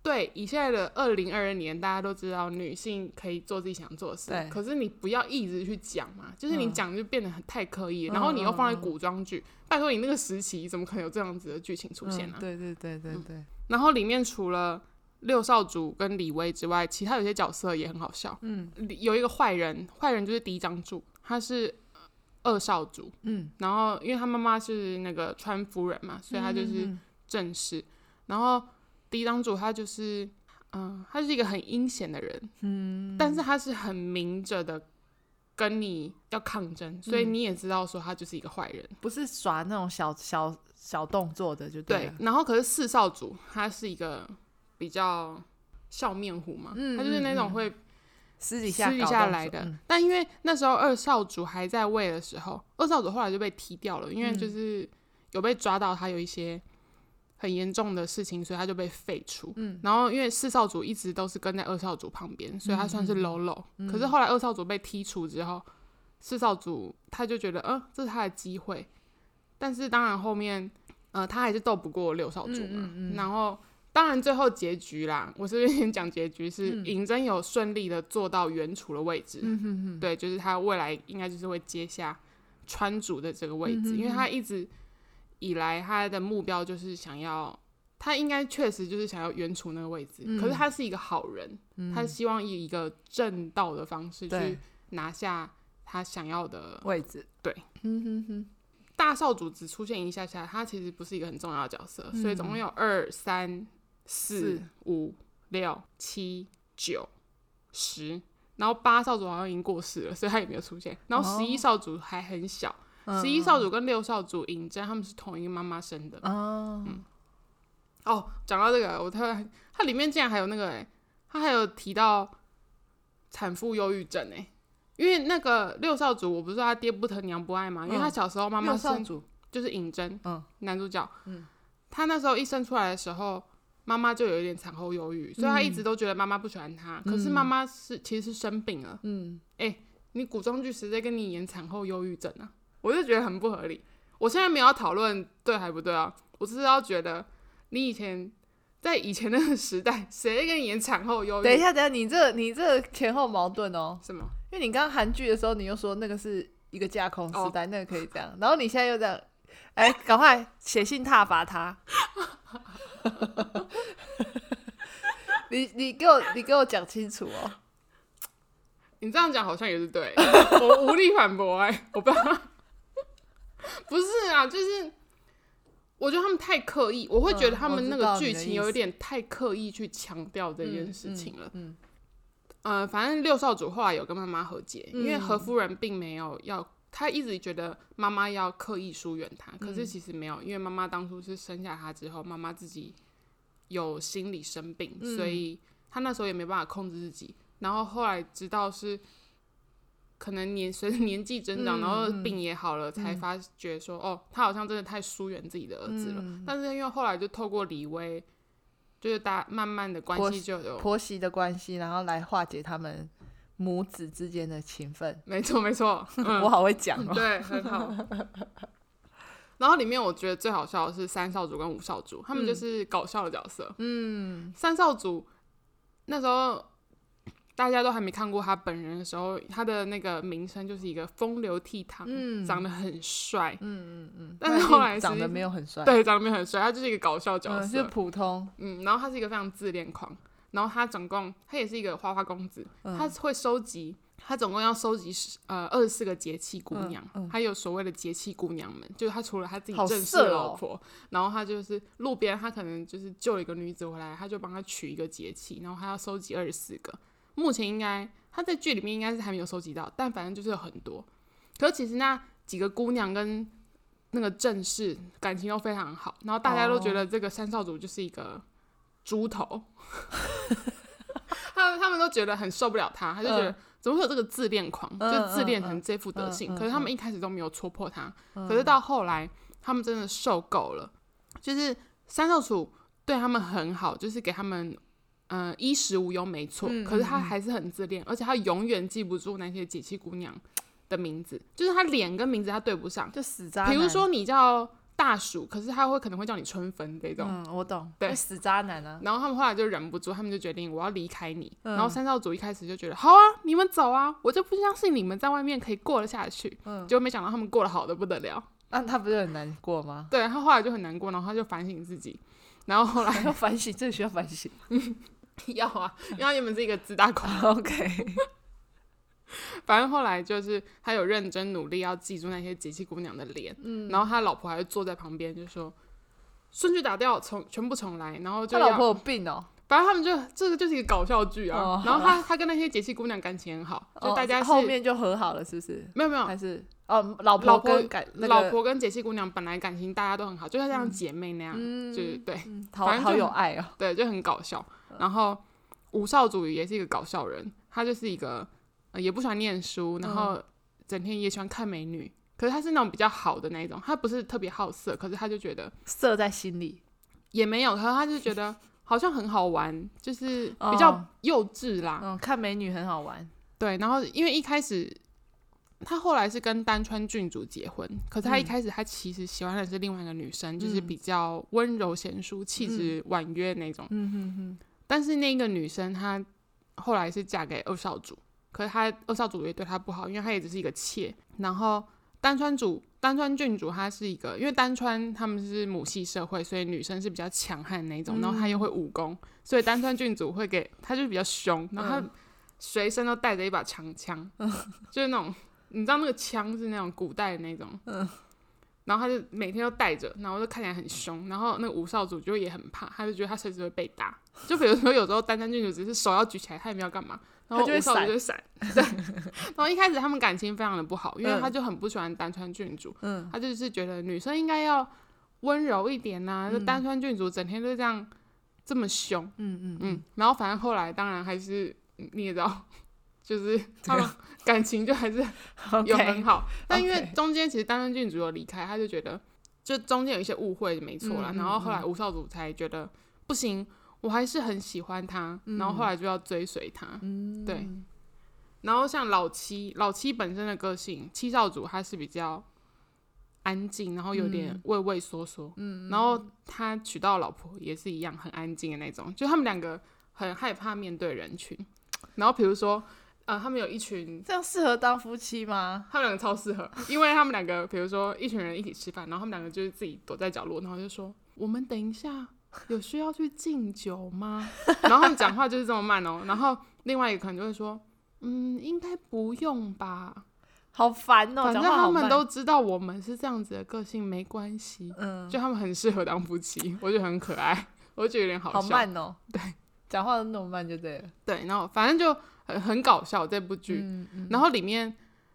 Speaker 1: 对，以现在的二零二二年，大家都知道女性可以做自己想做的事
Speaker 2: 对，
Speaker 1: 可是你不要一直去讲嘛，就是你
Speaker 2: 嗯
Speaker 1: 讲就变得很太刻意了，
Speaker 2: 嗯
Speaker 1: 然后你又放
Speaker 2: 嗯
Speaker 1: 在
Speaker 2: 嗯
Speaker 1: 古装剧，拜托你那个时期怎么可能有这样子的剧情出现呢、
Speaker 2: 嗯
Speaker 1: 啊
Speaker 2: 对对对对对，
Speaker 1: 然后里面除了六少主跟李薇之外，其他有些角色也很好笑。
Speaker 2: 嗯
Speaker 1: 里有一个坏人，坏人就是嫡长主，他是二少主，
Speaker 2: 嗯，
Speaker 1: 然后因为他妈妈是那个川夫人嘛，所以他就是
Speaker 2: 嗯
Speaker 1: 正室。然后嫡长主他就是，嗯、他是一个很阴险的人，
Speaker 2: 嗯，
Speaker 1: 但是他是很明着的跟你要抗争，所以
Speaker 2: 嗯
Speaker 1: 你也知道说他就是一个坏人。
Speaker 2: 不是耍那种小小小动作的，就
Speaker 1: 对
Speaker 2: 了，
Speaker 1: 然后可是四少主他是一个比较笑面虎嘛，
Speaker 2: 嗯
Speaker 1: 他就是那
Speaker 2: 嗯
Speaker 1: 种
Speaker 2: 嗯
Speaker 1: 会
Speaker 2: 私底下
Speaker 1: 私底
Speaker 2: 搞
Speaker 1: 下
Speaker 2: 动
Speaker 1: 来
Speaker 2: 作
Speaker 1: 的。
Speaker 2: 嗯
Speaker 1: 但因为那时候二少主还在位的时候，二少主后来就被踢掉了，因为
Speaker 2: 嗯
Speaker 1: 就是有被抓到他有一些很严重的事情，所以他就被废除。
Speaker 2: 嗯
Speaker 1: 然后因为四少主一直都是跟在二少主旁边，所以他算
Speaker 2: 嗯
Speaker 1: 是
Speaker 2: 嗯嗯
Speaker 1: 喽喽。
Speaker 2: 嗯
Speaker 1: 可是后来二少主被剔除之后，四少主他就觉得，嗯、这是他的机会。但是当然后面，呃，他还是斗不过六少主嘛。
Speaker 2: 嗯嗯嗯
Speaker 1: 然后当然最后结局啦，我这边先讲结局是
Speaker 2: 嗯
Speaker 1: 嬴政有顺利的坐到原主的位置，
Speaker 2: 嗯哼哼，
Speaker 1: 对，就是他未来应该就是会接下川主的这个位
Speaker 2: 嗯
Speaker 1: 置，
Speaker 2: 哼
Speaker 1: 因为他一直以来他的目标就是想要，他应该确实就是想要原主那个位置，
Speaker 2: 嗯
Speaker 1: 可是他是一个好人，
Speaker 2: 嗯
Speaker 1: 他希望以一个正道的方式去
Speaker 2: 对
Speaker 1: 拿下他想要的
Speaker 2: 位置，
Speaker 1: 对，
Speaker 2: 嗯哼哼，
Speaker 1: 大少主只出现一下下，他其实不是一个很重要的角色，
Speaker 2: 嗯
Speaker 1: 所以总共有二三四
Speaker 2: 四
Speaker 1: 五六七九十，然后八少主好像已经过世了，所以他也没有出现。然后
Speaker 2: 哦
Speaker 1: 十一少主还很小，
Speaker 2: 嗯
Speaker 1: 十一、少主跟六少主嬴政他们是同一个妈妈生的。
Speaker 2: 哦，
Speaker 1: 哦，讲到这个，我突然它欸里面竟然还有那个哎、他还有提到产妇忧郁症哎、因为那个六少主，我不是说他爹不疼娘不爱嘛，因为他
Speaker 2: 嗯
Speaker 1: 小时候妈妈
Speaker 2: 六少
Speaker 1: 生
Speaker 2: 主，
Speaker 1: 就是尹真，
Speaker 2: 嗯，
Speaker 1: 男主角，
Speaker 2: 嗯，
Speaker 1: 他那时候一生出来的时候，妈妈就有一点产后忧郁，所以他一
Speaker 2: 嗯
Speaker 1: 直都觉得妈妈不喜欢他。可是妈妈是其实是生病了，
Speaker 2: 嗯，
Speaker 1: 你古装剧谁在跟你演产后忧郁症啊？我就觉得很不合理。我现在没有要讨论对还不对啊，我只是要觉得你以前在以前那个时代，谁在跟你演产后忧郁？
Speaker 2: 等一下，等一下，你这你这前后矛盾哦，
Speaker 1: 什么？
Speaker 2: 因为你刚刚韩剧的时候，你又说那个是一个架空时代，
Speaker 1: 哦
Speaker 2: 那个可以这样，然后你现在又这样，哎、赶快写信挞伐他。 你你给我你给我讲清楚哦，
Speaker 1: 你这样讲好像也是对， 我无力反驳哎、 我不知道，不是啊，就是我觉得他们太刻意，我会觉得他们那
Speaker 2: 嗯
Speaker 1: 个
Speaker 2: 我知道你
Speaker 1: 剧
Speaker 2: 的
Speaker 1: 情
Speaker 2: 意思
Speaker 1: 有一点太刻意去强调这件事情了。
Speaker 2: 嗯，
Speaker 1: 呃，反正六少主后来有跟妈妈和解，因为
Speaker 2: 嗯
Speaker 1: 何夫人并没有要，她一直觉得妈妈要刻意疏远她，可是
Speaker 2: 嗯
Speaker 1: 其实没有，因为妈妈当初是生下她之后，妈妈自己有心理生病，
Speaker 2: 嗯
Speaker 1: 所以她那时候也没办法控制自己。然后后来直到是可能年随着年纪增长，
Speaker 2: 嗯
Speaker 1: 然后
Speaker 2: 嗯
Speaker 1: 病也好了，才发觉说，哦，她好像真的太疏远自己的儿子了。
Speaker 2: 嗯
Speaker 1: 但是因为后来就透过李薇，就是大慢慢的关
Speaker 2: 婆
Speaker 1: 系就有
Speaker 2: 嗯婆媳的关系，然后来化解他们母子之间的情分。
Speaker 1: 没错，没错，
Speaker 2: 我好会讲哦，
Speaker 1: 嗯对，很 好。然后里面我觉得最好笑的是三少主跟五少主，他们就是搞笑的角色。
Speaker 2: 嗯
Speaker 1: 三少主那时候大家都还没看过他本人的时候，他的那个名声就是一个风流倜傥，
Speaker 2: 嗯
Speaker 1: 长得很帅
Speaker 2: 嗯。嗯嗯，
Speaker 1: 但是后来
Speaker 2: 他一定
Speaker 1: 实
Speaker 2: 长
Speaker 1: 际
Speaker 2: 得没有很帅，
Speaker 1: 对，长得没有很帅，他就是一个搞笑角
Speaker 2: 嗯，
Speaker 1: 色
Speaker 2: 就。普通，
Speaker 1: 嗯然后他是一个非常自恋狂，然后他总共他也是一个花花公子，
Speaker 2: 嗯
Speaker 1: 他会收集，他总共要收集十呃二十四个节气姑娘，
Speaker 2: 嗯嗯
Speaker 1: 还有所谓的节气姑娘们，就是他除了他自己
Speaker 2: 好
Speaker 1: 正式
Speaker 2: 色
Speaker 1: 的老
Speaker 2: 哦
Speaker 1: 婆，然后他就是路边他可能就是救了一个女子回来，他就帮她取一个节气，然后他要收集二十四个，目前应该他在剧里面应该是还没有收集到，但反正就是有很多。可是其实那几个姑娘跟那个正室感情都非常好，然后大家都觉
Speaker 2: 哦
Speaker 1: 得这个三少主就是一个猪头， 他们他们都觉得很受不了他，他就觉得、
Speaker 2: 嗯
Speaker 1: 怎么会有这个自恋狂，
Speaker 2: 嗯
Speaker 1: 就是自恋
Speaker 2: 嗯
Speaker 1: 成这副德性。
Speaker 2: 嗯嗯
Speaker 1: 可是他们一开始都没有戳破他，可是到后来他们真的受够了，就是三少主对他们很好，就是给他们。嗯、衣食无忧没错，
Speaker 2: 嗯
Speaker 1: 可是他
Speaker 2: 嗯嗯
Speaker 1: 还是很自恋，而且他永远记不住那些姐气姑娘的名字，就是他脸跟名字他对不上。
Speaker 2: 就死渣男。
Speaker 1: 比如说你叫大鼠，可是他会可能会叫你春分这种。
Speaker 2: 嗯，我懂，
Speaker 1: 对
Speaker 2: 就死渣男啊，
Speaker 1: 然后他们后来就忍不住，他们就决定我要离开你。
Speaker 2: 嗯
Speaker 1: 然后三少主一开始就觉得好啊，你们走啊，我就不相信你们在外面可以过得下去。
Speaker 2: 嗯
Speaker 1: 结果没想到他们过得好的不得了。
Speaker 2: 那、他不是很难过吗？
Speaker 1: 对他后来就很难过，然后他就反省自己。然后 后来
Speaker 2: 还要反省，这个需要反 省。
Speaker 1: 要啊，因为他原本是一个自大狂，
Speaker 2: 哦 OK，
Speaker 1: 反正后来就是他有认真努力要记住那些节气姑娘的脸，
Speaker 2: 嗯
Speaker 1: 然后他老婆还坐在旁边就说顺序打掉，重全部重来，然后就
Speaker 2: 他
Speaker 1: 要
Speaker 2: 老婆有病哦，
Speaker 1: 反正他们就这个就是一个搞笑剧啊。
Speaker 2: 哦
Speaker 1: 然后他他跟那些节气姑娘感情很好，就
Speaker 2: 哦
Speaker 1: 大家是、
Speaker 2: 后面就和好了，是不是？
Speaker 1: 没有没有，
Speaker 2: 还是哦，老
Speaker 1: 老
Speaker 2: 婆
Speaker 1: 婆
Speaker 2: 跟感那个
Speaker 1: 老婆跟节气姑娘本来感情大家都很好，就像像姐妹那样，
Speaker 2: 嗯
Speaker 1: 就是对
Speaker 2: 嗯好
Speaker 1: 反正就
Speaker 2: 好有爱哦，
Speaker 1: 对，就很搞笑。然后吴少主也是一个搞笑人，他就是一个、呃也不喜欢念书，
Speaker 2: 嗯
Speaker 1: 然后整天也喜欢看美女。可是他是那种比较好的那一种，他不是特别好色，可是他就觉得
Speaker 2: 射在心里。
Speaker 1: 也没有，可是他就觉得好像很好玩，就是比
Speaker 2: 哦
Speaker 1: 较幼稚啦。
Speaker 2: 嗯，看美女很好玩。
Speaker 1: 对，然后因为一开始他后来是跟丹川郡主结婚，可是他一
Speaker 2: 嗯
Speaker 1: 开始他其实喜欢的是另外一个女生，就是
Speaker 2: 嗯
Speaker 1: 比较温柔贤淑、气质婉约那种。
Speaker 2: 嗯哼哼，
Speaker 1: 但是那个女生她后来是嫁给二少主，可是她二少主也对她不好，因为她也只是一个妾。然后丹川主、丹川郡主她是一个，因为丹川他们是母系社会，所以女生是比较强悍那种，然后她
Speaker 2: 嗯
Speaker 1: 又会武功，所以丹川郡主会给她就比较凶，然后她
Speaker 2: 嗯
Speaker 1: 随身都带着一把长枪， 就是那种你知道那个枪是那种古代的那种，
Speaker 2: 嗯
Speaker 1: 然后他就每天都带着，然后就看起来很凶。然后那个吴少主就也很怕，他就觉得他随时会被打。就比如说有时候丹丹郡主只是手要举起来，他也没有干嘛，然
Speaker 2: 他
Speaker 1: 后
Speaker 2: 就会
Speaker 1: 吴少主
Speaker 2: 闪
Speaker 1: 就会闪。对， 然后一开始他们感情非常的不好，因为
Speaker 2: 嗯
Speaker 1: 他就很不喜欢丹川郡主，
Speaker 2: 嗯，
Speaker 1: 他就是觉得女生应该要温柔一点呐、
Speaker 2: 嗯
Speaker 1: 就丹川郡主整天就这样这么凶，
Speaker 2: 嗯嗯
Speaker 1: 嗯，然后反正后来当然还是你也知道， 就是他们感情就还是有很
Speaker 2: OK，
Speaker 1: 好。但因为
Speaker 2: OK
Speaker 1: 中间其实担任郡主有离开，他就觉得就中间有一些误会，没错啦。
Speaker 2: 嗯嗯
Speaker 1: 然后后来吴少主才觉得不行，我还是很喜欢他，然后后来就要追随他。
Speaker 2: 嗯，
Speaker 1: 对然后像老七，老七本身的个性，七少主他是比较安静，然后有点畏畏缩缩，嗯，然后他娶到老婆也是一样很安静的那种，就他们两个很害怕面对人群。然后比如说，呃，他们有一群，
Speaker 2: 这样适合当夫妻吗？
Speaker 1: 他们两个超适合， 因为他们两个，比如说一群人一起吃饭，然后他们两个就是自己躲在角落，然后就说：“我们等一下有需要去敬酒吗？” 然后他们讲话就是这么慢哦，然后另外一个可能就会说。嗯，应该不用吧。
Speaker 2: 好烦哦、
Speaker 1: 反正
Speaker 2: 讲话
Speaker 1: 他
Speaker 2: 好
Speaker 1: 们
Speaker 2: 慢。
Speaker 1: 都知道我们是这样子的个性，没关系。
Speaker 2: 嗯，
Speaker 1: 就他们很适合当夫妻，我觉得很可爱，我觉得有点好笑。
Speaker 2: 好慢哦、对，讲话都那么慢就对了。
Speaker 1: 对，然后反正就很很搞笑这部剧。
Speaker 2: 嗯嗯，
Speaker 1: 然后里面，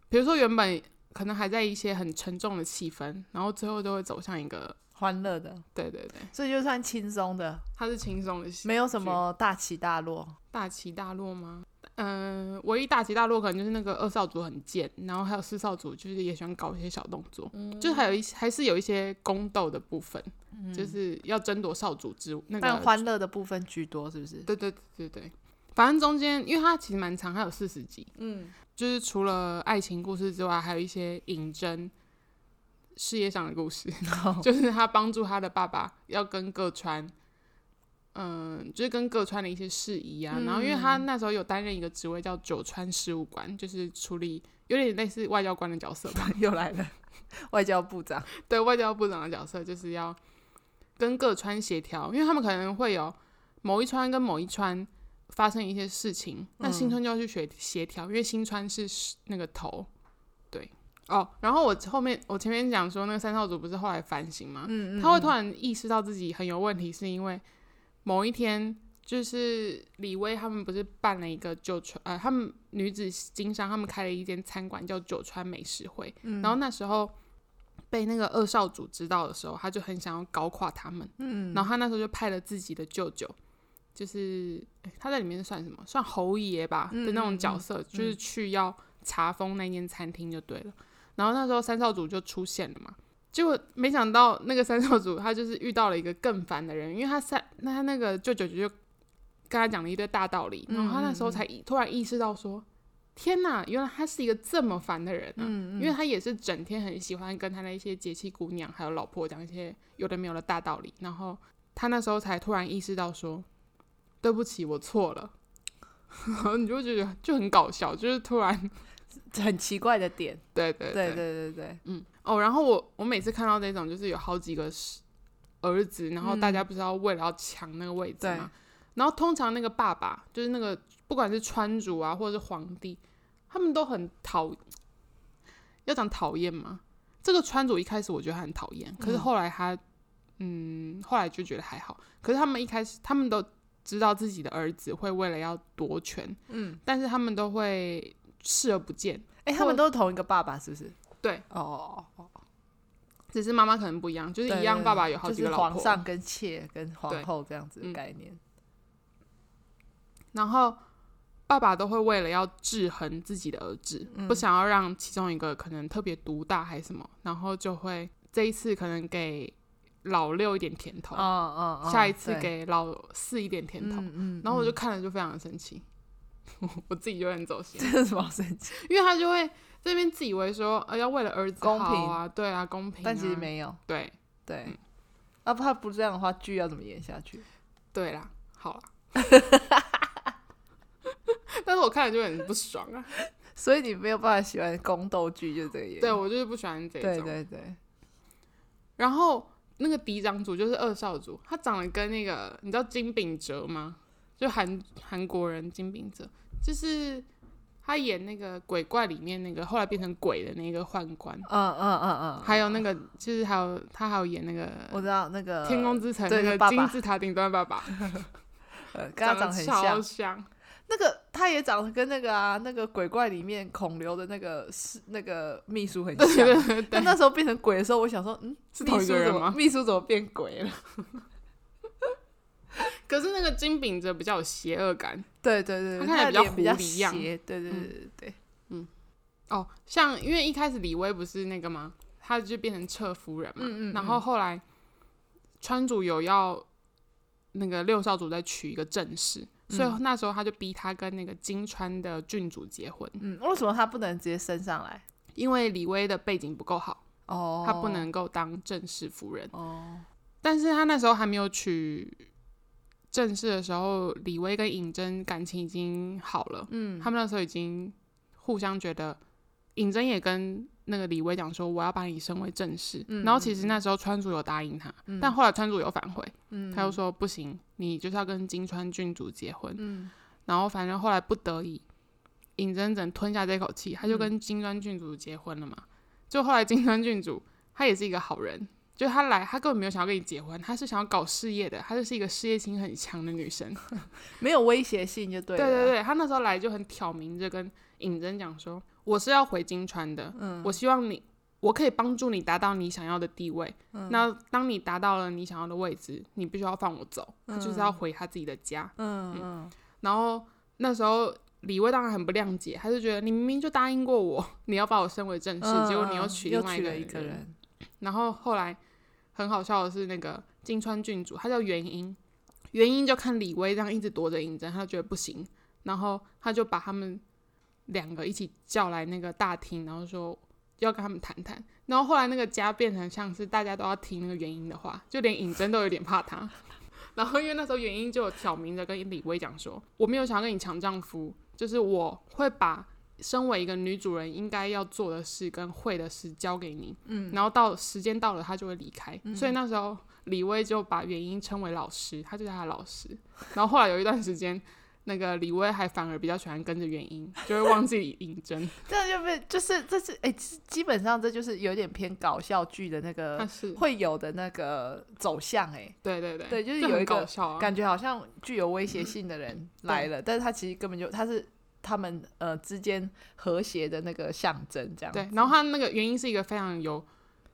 Speaker 1: 比如说原本可能还在一些很沉重的气氛，然后最后都会走向一个，
Speaker 2: 欢乐的，
Speaker 1: 对对对，
Speaker 2: 所以就算轻松的，
Speaker 1: 它是轻松的戏，
Speaker 2: 没有什么大起大落。
Speaker 1: 大起大落吗？嗯、唯一大起大落可能就是那个二少主很贱，然后还有四少主就是也喜欢搞一些小动作，
Speaker 2: 嗯
Speaker 1: 就还有一些还是有一些宫斗的部分，就是要争夺少主之那个
Speaker 2: 但欢乐的部分居多，是不是？
Speaker 1: 对对对对对，反正中间因为它其实蛮长，它有四十集，
Speaker 2: 嗯，
Speaker 1: 就是除了爱情故事之外，还有一些引针事业上的故事，就是他帮助他的爸爸要跟各川，嗯、就是跟各川的一些事宜啊。然后因为他那时候有担任一个职位叫九川事务官，就是处理有点类似外交官的角色吧，
Speaker 2: 又来了，外交部长。
Speaker 1: 对外交部 长的角色，就是要跟各川协调，因为他们可能会有某一川跟某一川发生一些事情，那
Speaker 2: 嗯
Speaker 1: 新川就要去协协调，因为新川是那个头，对哦。然后我后面我前面讲说那个三少主不是后来反省吗？
Speaker 2: 嗯
Speaker 1: 他会突然意识到自己很有问题，是因为某一天就是李威他们不是办了一个九川呃，他们女子经商，他们开了一间餐馆叫九川美食会，
Speaker 2: 嗯
Speaker 1: 然后那时候被那个二少主知道的时候，他就很想要搞垮他们，
Speaker 2: 嗯，
Speaker 1: 然后他那时候就派了自己的舅舅，就是诶他在里面算什么？算侯爷吧
Speaker 2: 嗯
Speaker 1: 的那种角色，就是去要查封那间餐厅就对了。然后那时候三少主就出现了嘛，结果没想到那个三少主他就是遇到了一个更烦的人，因为他三那他那个舅舅就跟他讲了一堆大道理，然后他那
Speaker 2: 嗯
Speaker 1: 时候才意突然意识到说，天哪，原来他是一个这么烦的人啊！
Speaker 2: 嗯
Speaker 1: 因为他也是整天很喜欢跟他那一些节气姑娘还有老婆讲一些有的没有的大道理，然后他那时候才突然意识到说，对不起，我错了。 然后你就会觉得就很搞笑，就是突然，
Speaker 2: 很奇怪的点。
Speaker 1: 对对
Speaker 2: 对对
Speaker 1: 对
Speaker 2: 对对，
Speaker 1: 嗯哦，然后我我每次看到那种就是有好几个是儿子，然后大家不知道为了要抢那个位置嘛，然后通常那个爸爸就是那个不管是川主啊或者是皇帝，他们都很讨，要讲讨厌吗？这个川主一开始我觉得他很讨厌，可是后来他嗯后来就觉得还好，可是他们一开始他们都知道自己的儿子会为了要夺权，
Speaker 2: 嗯，
Speaker 1: 但是他们都会视而不见，
Speaker 2: 哎、他们都是同一个爸爸，是不是？
Speaker 1: 对，
Speaker 2: 哦哦哦，
Speaker 1: 只是妈妈可能不一样，就是一样，
Speaker 2: 对
Speaker 1: 爸爸有好几个老
Speaker 2: 就
Speaker 1: 婆。
Speaker 2: 是、皇上跟妾跟
Speaker 1: 对
Speaker 2: 皇后这样子
Speaker 1: 嗯
Speaker 2: 的概念。
Speaker 1: 然后爸爸都会为了要制衡自己的儿子，
Speaker 2: 嗯
Speaker 1: 不想要让其中一个可能特别独大还是什么，然后就会这一次可能给老六一点甜头，
Speaker 2: 哦哦哦，
Speaker 1: 下一次
Speaker 2: 对
Speaker 1: 给老四一点甜头。
Speaker 2: 嗯嗯，
Speaker 1: 然后我就看了就非常的生气，我自己就很走心，
Speaker 2: 这是什么神 奇？
Speaker 1: 因为他就会这边自以为说，呃，要为了儿子好啊，对啊，公平、啊，
Speaker 2: 但其实没有，
Speaker 1: 对
Speaker 2: 对。
Speaker 1: 嗯
Speaker 2: 啊，他不这样的话，剧要怎么演下去？
Speaker 1: 对啦，好啦。 但是我看了就很不爽啊，
Speaker 2: 所以你没有办法喜欢宫斗剧，就是这个原因。
Speaker 1: 对我就是不喜欢这种。
Speaker 2: 对对对，
Speaker 1: 然后那个嫡长主就是二少主，他长得跟那个你知道金炳哲吗？就韩韩国人金炳哲，就是他演那个鬼怪里面那个后来变成鬼的那个宦官，
Speaker 2: 嗯嗯嗯嗯，
Speaker 1: 还有那个就是还有他还有演那
Speaker 2: 我
Speaker 1: 个
Speaker 2: 知道那个
Speaker 1: 《天空之城》
Speaker 2: 对
Speaker 1: 那
Speaker 2: 那
Speaker 1: 个
Speaker 2: 爸
Speaker 1: 金
Speaker 2: 爸
Speaker 1: 字塔顶端爸爸，
Speaker 2: 呃，跟他长
Speaker 1: 得
Speaker 2: 得很
Speaker 1: 超
Speaker 2: 像。
Speaker 1: 像，
Speaker 2: 那个他也长得跟那个啊，那个鬼怪里面孔刘的那个是那个秘书很像。
Speaker 1: 对
Speaker 2: 但那时候变成鬼的时候，我想说，嗯，
Speaker 1: 是
Speaker 2: 秘
Speaker 1: 同一
Speaker 2: 书
Speaker 1: 个人
Speaker 2: 怎么
Speaker 1: 吗
Speaker 2: 秘书怎么变鬼了？
Speaker 1: 可是那个金饼子比较有邪恶感
Speaker 2: 对对对，对
Speaker 1: 他看起来
Speaker 2: 他脸
Speaker 1: 比较
Speaker 2: 比较
Speaker 1: 狐狸样
Speaker 2: 邪，对对对对对，
Speaker 1: 哦。像因为一开始李薇不是那个吗？她就变成侧夫人
Speaker 2: 嗯
Speaker 1: 嘛，
Speaker 2: 嗯嗯
Speaker 1: 然后后来川主有要那个六少主再娶一个正室，
Speaker 2: 嗯
Speaker 1: 所以那时候他就逼他跟那个金川的郡主结婚，
Speaker 2: 嗯，为什么他不能直接升上来？
Speaker 1: 因为李薇的背景不够好，
Speaker 2: 哦，
Speaker 1: 她不能够当正式夫人。
Speaker 2: 哦，
Speaker 1: 但是她那时候还没有娶正式的时候，李薇跟尹真感情已经好了，
Speaker 2: 嗯，
Speaker 1: 他们那时候已经互相觉得，尹真也跟那个李薇讲说，我要把你升为正室。
Speaker 2: 嗯
Speaker 1: 然后其实那时候川主有答应他，
Speaker 2: 嗯
Speaker 1: 但后来川主有反悔，
Speaker 2: 嗯
Speaker 1: 他又说不行，你就是要跟金川郡主结婚。
Speaker 2: 嗯
Speaker 1: 然后反正后来不得已，尹真只能吞下这口
Speaker 2: 嗯
Speaker 1: 气，他就跟金川郡主结婚了嘛。就后来金川郡主他也是一个好人，就他来他根本没有想要跟你结婚，他是想要搞事业的，她就是一个事业心很强的女生。
Speaker 2: 没有威胁性就对啊
Speaker 1: 对
Speaker 2: 了，
Speaker 1: 对对，他那时候来就很挑明着跟尹真讲说，我是要回金川的，
Speaker 2: 嗯
Speaker 1: 我希望你。我可以帮助你达到你想要的地位。
Speaker 2: 嗯
Speaker 1: 那当你达到了你想要的位置，你必须要放我走。他就是要回他自己的家。
Speaker 2: 嗯嗯
Speaker 1: 然后那时候李薇当然很不谅解，他就觉得你明明就答应过我，你要把我升为正室，
Speaker 2: 嗯，
Speaker 1: 结果
Speaker 2: 嗯
Speaker 1: 你又娶另外
Speaker 2: 娶
Speaker 1: 个
Speaker 2: 了一
Speaker 1: 人。
Speaker 2: 个人，
Speaker 1: 然后后来很好笑的是，那个金川郡主，他叫元英，元英就看李薇这样一直躲着嬴政，他就觉得不行，然后他就把他们两个一起叫来那个大厅，然后说。要跟他们谈谈，然后后来那个家变成像是大家都要听那个元英的话，就连尹真都有点怕他。然后因为那时候元英就有挑明着跟李薇讲说，我没有想要跟你抢丈夫，就是我会把身为一个女主人应该要做的事跟会的事交给你，
Speaker 2: 嗯，
Speaker 1: 然后到时间到了，她就会离开。所以那时候李薇就把元英称为老师，她就是她的老师。然后后来有一段时间。那个李薇还反而比较喜欢跟着元 英，就会忘记尹真，
Speaker 2: 这样就被就是这是哎、基基本上这就是有点偏搞笑剧的那
Speaker 1: 她
Speaker 2: 个
Speaker 1: 是
Speaker 2: 会有的那个走向哎、
Speaker 1: 对对对，
Speaker 2: 对就是
Speaker 1: 这
Speaker 2: 有
Speaker 1: 很
Speaker 2: 一个
Speaker 1: 搞笑啊，
Speaker 2: 感觉好像具有威胁性的人来了，但是他其实根本就他是他们呃之间和谐的那个象征，这样
Speaker 1: 对，然后他那个原因是一个非常有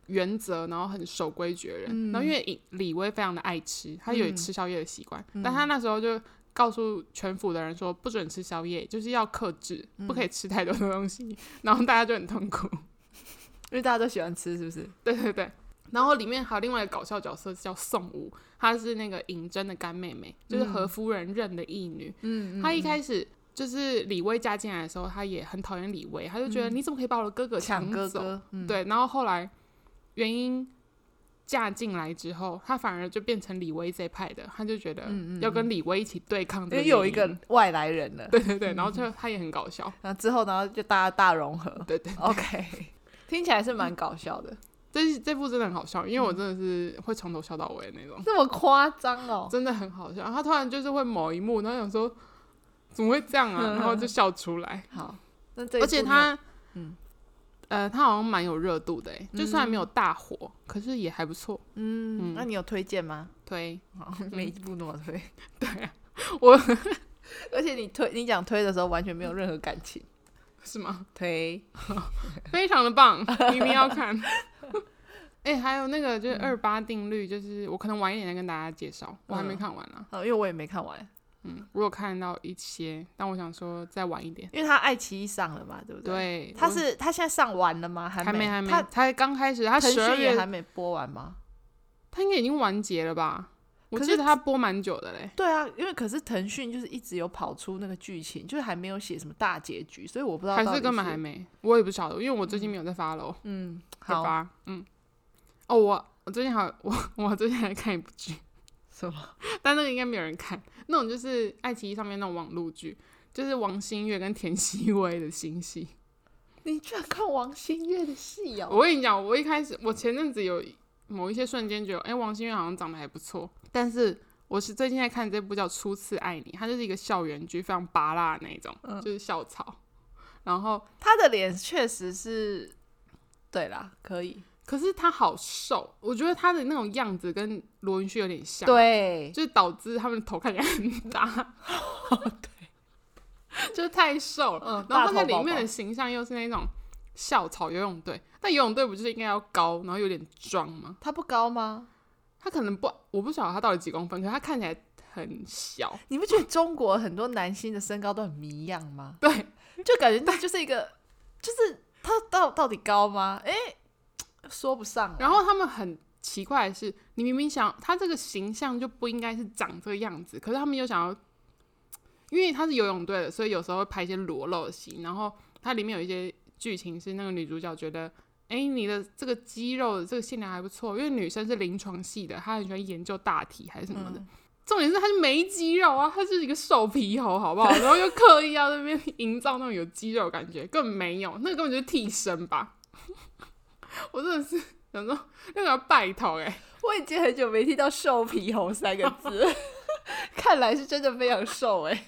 Speaker 1: 原则，然后很守规矩的人。然后因为李李薇非常的爱吃，他有
Speaker 2: 嗯
Speaker 1: 吃宵夜的习惯，但他那时候就告诉全府的人说，不准吃宵夜，就是要克制，
Speaker 2: 嗯
Speaker 1: 不可以吃太多的东西。 然后大家就很痛苦。
Speaker 2: 因为大家都喜欢吃，是不是？
Speaker 1: 对对对。然后里面还有另外一个搞笑角色叫宋武，她是那个尹真的干妹妹，就是何夫人认的义女。
Speaker 2: 嗯，
Speaker 1: 她一开始就是李薇嫁进来的时候，她也很讨厌李薇，她就觉得、你怎么可以把我的哥哥
Speaker 2: 嗯抢哥
Speaker 1: 走？
Speaker 2: 哥，嗯，
Speaker 1: 对，然后后来原因嫁进来之后，他反而就变成李薇这一派的，他就觉得要跟李薇一起对
Speaker 2: 嗯
Speaker 1: 抗
Speaker 2: 因
Speaker 1: 这个
Speaker 2: 为
Speaker 1: 原因。
Speaker 2: 有一个嗯外来人了，
Speaker 1: 对对对，然后就他也很搞笑，
Speaker 2: 然后之后然后就大家大融 合
Speaker 1: 对对，
Speaker 2: ，OK，听起来是蛮搞笑的，
Speaker 1: 这这部真的很好笑，因为
Speaker 2: 嗯
Speaker 1: 我真的是会从头笑到尾的那种，
Speaker 2: 这么夸张哦，
Speaker 1: 真的很好笑。然后他突然就是会某一幕，然后想说怎么会这样啊，然后就笑出来。
Speaker 2: 好，那这一
Speaker 1: 而且
Speaker 2: 部呢
Speaker 1: 他，
Speaker 2: 嗯
Speaker 1: 呃，他好像蛮有热度的欸诶，就虽然没有大火，可是也还不错。
Speaker 2: 嗯
Speaker 1: 嗯，
Speaker 2: 那你有推荐 吗？
Speaker 1: 对，
Speaker 2: 好每一部都有 推，
Speaker 1: 对
Speaker 2: 啊
Speaker 1: 我
Speaker 2: 而且你推你讲推的时候完全没有任何感情，
Speaker 1: 是吗？
Speaker 2: 推
Speaker 1: 非常的棒，一定要 看。哎、还有那个就是二八定律，就是我可能晚一点再跟大家介绍，我还没看完啦。
Speaker 2: 哦，因为我也没看完，
Speaker 1: 嗯，我有看到一些，但我想说再晚一点。
Speaker 2: 因为他爱奇艺上了嘛，对不？
Speaker 1: 对，
Speaker 2: 他
Speaker 1: 我
Speaker 2: 是他现在上完了吗？
Speaker 1: 还
Speaker 2: 没
Speaker 1: 没还没
Speaker 2: 他，
Speaker 1: 才刚开始，他
Speaker 2: 腾
Speaker 1: 十二
Speaker 2: 讯也还
Speaker 1: 月，
Speaker 2: 没播完吗？
Speaker 1: 他应该已经完结了吧？我
Speaker 2: 可
Speaker 1: 记
Speaker 2: 是
Speaker 1: 得他播蛮久的嘞。
Speaker 2: 对啊，因为可是腾讯就是一直有跑出那个剧情，就是还没有写什么大结局，所以我不知道
Speaker 1: 还
Speaker 2: 到
Speaker 1: 是
Speaker 2: 底
Speaker 1: 根本还没，我也不晓得，因为我最近没有在发喽，
Speaker 2: 嗯
Speaker 1: 在
Speaker 2: 好
Speaker 1: 发，嗯，哦，我我最近还 我我最近还看一部剧，
Speaker 2: 什么
Speaker 1: 但那个应该没有人看，那种就是爱奇艺上面那种网络剧，就是王心月跟田曦薇的新戏。
Speaker 2: 你居然看王心月的戏哦？
Speaker 1: 我跟你讲，我一开始我前阵子有某一些瞬间觉得，哎、王心月好像长得还不错，但是我是最近在看这部叫《初次爱你》，它就是一个校园剧，非常拔辣的那一种，
Speaker 2: 嗯
Speaker 1: 就是校草。然后，
Speaker 2: 他的脸确实是，对啦，可以，
Speaker 1: 可是她好瘦，我觉得她的那种样子跟罗云旭有点像。
Speaker 2: 对，
Speaker 1: 就是导致他们的头看起来很大。对， 就是太瘦了。
Speaker 2: 哦嗯
Speaker 1: 然后
Speaker 2: 大
Speaker 1: 他在
Speaker 2: 头宝
Speaker 1: 里
Speaker 2: 宝
Speaker 1: 面的形象又是那种校草游泳队，但游泳队不就是应该要高，然后有点壮吗？
Speaker 2: 他不高吗？
Speaker 1: 他可能不，我不晓得他到底几公分，可是他看起来很小，
Speaker 2: 你不觉得中国很多男星的身高都很迷样吗？
Speaker 1: 对，
Speaker 2: 就感觉那就是一个，就是他到到底高吗？哎、说不上啊来。
Speaker 1: 然后他们很奇怪的是，你明明想他这个形象就不应该是长这个样子，可是他们又想要，因为他是游泳队的，所以有时候会拍一些裸露的戏。然后它里面有一些剧情是那个女主角觉得，哎，你的这个肌肉的这个线条还不错，因为女生是临床系的，她很喜欢研究大体还是什么的。重点是她是没肌肉啊，她就是一个瘦皮猴，好不 好？然后又刻意要那边营造那种有肌肉的感觉，根本没有，那个根本就是替身吧。 我真的是想说，那个要拜托哎、
Speaker 2: 我已经很久没听到“瘦皮猴”三个字， 看来是真的非常瘦哎、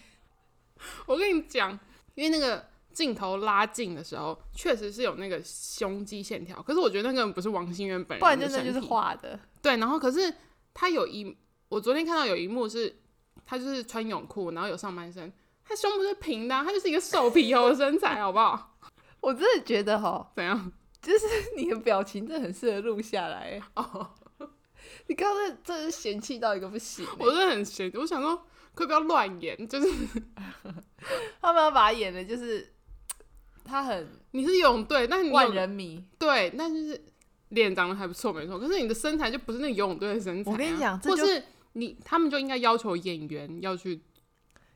Speaker 1: 我跟你讲，因为那个镜头拉近的时候，确实是有那个胸肌线条，可是我觉得那个人不是王心源本
Speaker 2: 不然
Speaker 1: 人
Speaker 2: 真的
Speaker 1: 身体，
Speaker 2: 就是画的。
Speaker 1: 对。然后可是他有一，我昨天看到有一幕是，他就是穿泳裤，然后有上半身，他胸不是平的啊、他就是一个瘦皮猴的身材，好不好？
Speaker 2: 我真的觉得哈，
Speaker 1: 怎样？
Speaker 2: 你的表情真的很适合录下来 欸。
Speaker 1: 哦，
Speaker 2: 你刚刚真的是嫌弃到一个不行欸、
Speaker 1: 我真的很闲，我想说，可不可以不要乱演，就是
Speaker 2: 他们要把他演的就是他 很
Speaker 1: 你是泳队，但是你
Speaker 2: 万
Speaker 1: 有
Speaker 2: 人迷。
Speaker 1: 对，但就是脸长得还不错，没错。可是你的身材就不是那个游泳队的身材啊、
Speaker 2: 我跟你讲这
Speaker 1: 或
Speaker 2: 就是
Speaker 1: 你他们就应该要求演员要去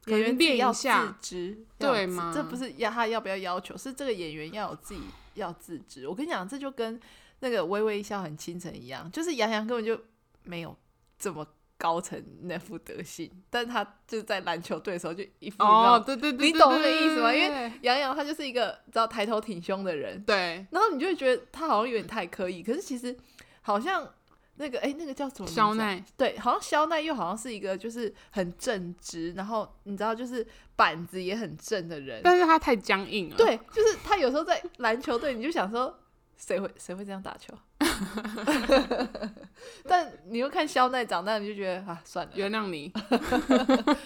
Speaker 1: 可能
Speaker 2: 演员自
Speaker 1: 练
Speaker 2: 己
Speaker 1: 一
Speaker 2: 要
Speaker 1: 下
Speaker 2: 自知，
Speaker 1: 对
Speaker 2: 要有自
Speaker 1: 吗
Speaker 2: 这不是要他要不要要求，是这个演员要有自己要自知。我跟你讲，这就跟那个微微一笑很倾城一样，就是杨洋根本就没有这么高层那副德行，但他就是在篮球队的时候就一副
Speaker 1: 哦，
Speaker 2: 你知道
Speaker 1: 对对对，
Speaker 2: 你
Speaker 1: 对
Speaker 2: 懂
Speaker 1: 对
Speaker 2: 那意思吗
Speaker 1: 对
Speaker 2: 因
Speaker 1: 对
Speaker 2: 杨洋他就是一个你知道抬头挺胸的人，
Speaker 1: 对
Speaker 2: 然后你就会觉得他好像有点太刻意，可是其实好像那个哎、那个叫什么名字啊？
Speaker 1: 肖奈，
Speaker 2: 对，好像肖奈又好像是一个就是很正直，然后你知道就是板子也很正的人。
Speaker 1: 但是他太僵硬了。，
Speaker 2: 对，就是他有时候在篮球队，你就想说谁会谁会这样打球？ 但你又看肖奈长大，你就觉得啊算了。
Speaker 1: 原谅你，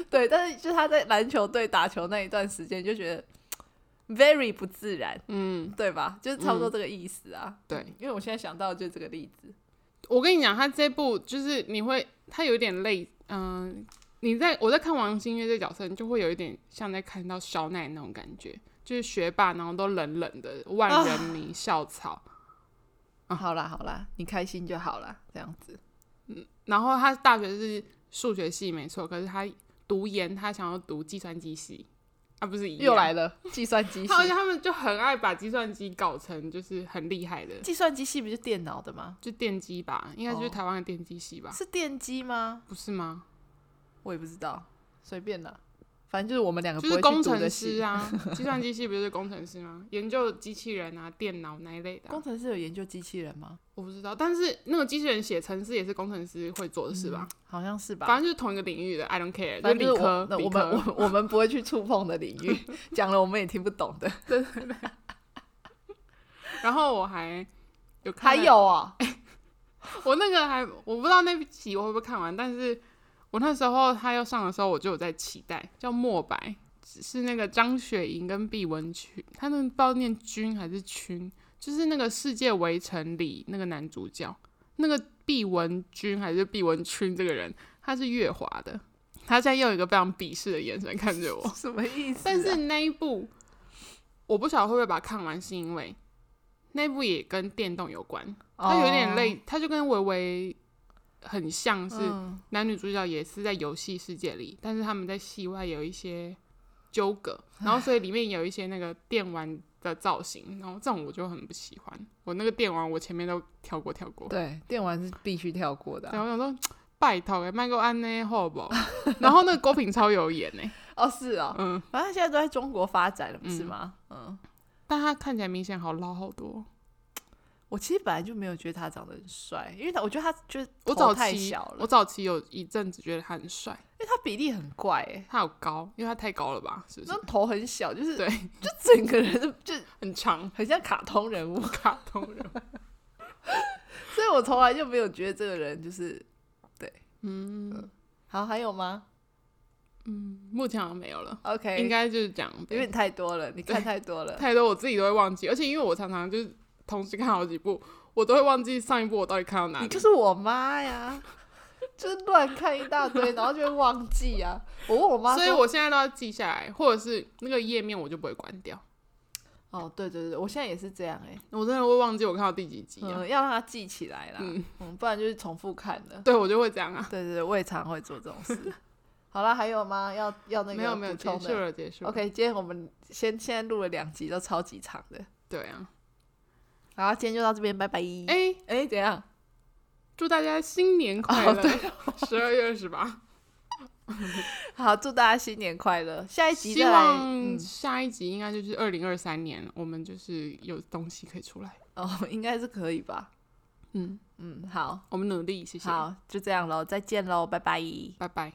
Speaker 2: 对，但是就是他在篮球队打球那一段时间，就觉得 very 不自然，
Speaker 1: 嗯，
Speaker 2: 对吧？就是差不多这个意思啊。
Speaker 1: 对
Speaker 2: 因为我现在想到的就是这个例子。
Speaker 1: 我跟你讲，他这部就是你会，他有点累，嗯、你在我在看王心月这角色，你就会有一点像在看到肖奈那种感觉，就是学霸，然后都冷冷的万人迷校草，嗯
Speaker 2: 好啦好啦，你开心就好啦，这样子。
Speaker 1: 然后他大学是数学系没错，可是他读研，他想要读计算机系，啊，不是一样
Speaker 2: 又来了，计算机系
Speaker 1: 他。而且他们就很爱把计算机搞成就是很厉害的，
Speaker 2: 计算机系不是电脑的吗？
Speaker 1: 就电机吧，应该就是
Speaker 2: 哦
Speaker 1: 台湾的电机系吧，
Speaker 2: 是电机吗？
Speaker 1: 不是吗？
Speaker 2: 我也不知道，随便啦。反正就是我们两个
Speaker 1: 就
Speaker 2: 不会
Speaker 1: 是
Speaker 2: 去
Speaker 1: 工
Speaker 2: 读
Speaker 1: 程
Speaker 2: 的
Speaker 1: 师
Speaker 2: 系。
Speaker 1: 啊，计算机系不就是工程师吗？ 研究机器人啊、电脑那一类的啊、
Speaker 2: 工程师有研究机器人吗？
Speaker 1: 我不知道。但是那个机器人写程式也是工程师会做的事吧？
Speaker 2: 好像是吧。
Speaker 1: 反正就是同一个领域的，I don't care，
Speaker 2: 嗯反正
Speaker 1: 理
Speaker 2: 就是
Speaker 1: 科
Speaker 2: 我，那
Speaker 1: 理
Speaker 2: 我们
Speaker 1: 科。
Speaker 2: 我我们不会去触碰的领域， 讲了我们也听不懂的。
Speaker 1: 然后我 还有啊看
Speaker 2: 还
Speaker 1: 了
Speaker 2: 有哦，，
Speaker 1: 我那个还我不知道那集我会不会看完，但是我那时候他要上的时候，我就有在期待，叫《墨白》，是那个张雪莹跟毕雯珺，他们不知道念君还是君，就是那个《世界围城》里那个男主角，那个毕雯君还是毕雯珺这个人，他是月华的，他现在又有一个非常鄙视的眼神看着我
Speaker 2: 什么意思啊？
Speaker 1: 但是那一部我不晓得会不会把它看完，是因为那一部也跟电动有关。它有点
Speaker 2: 哦，
Speaker 1: 类，它就跟维维很像是
Speaker 2: 嗯
Speaker 1: 男女主角也是在游戏世界里，但是他们在戏外有一些纠葛，然后所以里面有一些那个电玩的造型，然后这种我就很不喜欢。我那个电玩我前面都跳过跳过，
Speaker 2: 对，电玩是必须跳过的啊。
Speaker 1: 然后我想说拜托哎，麦克安呢好不好？ 然后那个郭品超有演 呢、
Speaker 2: 哦，是哦，
Speaker 1: 嗯，
Speaker 2: 反正他现在都在中国发展了，不是
Speaker 1: 嗯
Speaker 2: 吗？嗯，
Speaker 1: 但他看起来明显好老好多。
Speaker 2: 我其实本来就没有觉得他长得很帅，因为他我觉得他就是
Speaker 1: 我
Speaker 2: 头
Speaker 1: 早
Speaker 2: 太
Speaker 1: 期
Speaker 2: 小了
Speaker 1: 我，早期有一阵子觉得他很帅，
Speaker 2: 因为他比例很怪哎，
Speaker 1: 他好高，因为他太高了吧？是不是
Speaker 2: 那？头很小，就是
Speaker 1: 对，
Speaker 2: 就整个人 都就
Speaker 1: 很长，
Speaker 2: 很像卡通人 物，
Speaker 1: 卡通人物。
Speaker 2: 所以我从来就没有觉得这个人就是
Speaker 1: 嗯
Speaker 2: 好。还有吗
Speaker 1: 嗯，目前好像没有了，
Speaker 2: ？OK，
Speaker 1: 应该就是讲
Speaker 2: 有点太多了，你看太多了。
Speaker 1: 太多，我自己都会忘记，而且因为我常常就是同时看好几部，我都会忘记上一部我到底看到哪
Speaker 2: 你
Speaker 1: 里
Speaker 2: 就。是我妈呀， 就是乱看一大堆，然后就会忘记啊。我问我妈
Speaker 1: 所以
Speaker 2: 说，
Speaker 1: 我现在都要记下来，或者是那个页面我就不会关掉，
Speaker 2: 哦，对对对，我现在也是这样哎、
Speaker 1: 我真的会忘记我看到第几集啊。
Speaker 2: 嗯，要让它记起来啦，
Speaker 1: 嗯
Speaker 2: 嗯不然就是重复看的。
Speaker 1: 对，我就会这样啊。
Speaker 2: 对对对，我也常会做这种 事。好啦，还有吗？要要那
Speaker 1: 没有
Speaker 2: 个
Speaker 1: 没有，
Speaker 2: 补
Speaker 1: 结
Speaker 2: 充
Speaker 1: 束
Speaker 2: 的
Speaker 1: 了结束了。
Speaker 2: ？OK，今天我们先现在录了两集，都超级长的。
Speaker 1: 对啊，
Speaker 2: 好，今天就到这边，拜拜。
Speaker 1: 哎、
Speaker 2: 哎，怎样？
Speaker 1: 祝大家新年快
Speaker 2: 哦
Speaker 1: 乐！十二、月是吧？
Speaker 2: 好，祝大家新年快乐！ 下一集
Speaker 1: 希
Speaker 2: 再来。
Speaker 1: 望
Speaker 2: 嗯，
Speaker 1: 下一集应该就是二零二三年，我们就是有东西可以出来。
Speaker 2: 哦，应该是可以吧？
Speaker 1: 嗯，
Speaker 2: 嗯，好，
Speaker 1: 我们努力，谢谢，
Speaker 2: 好，就这样喽，再见喽，拜拜。
Speaker 1: 拜拜。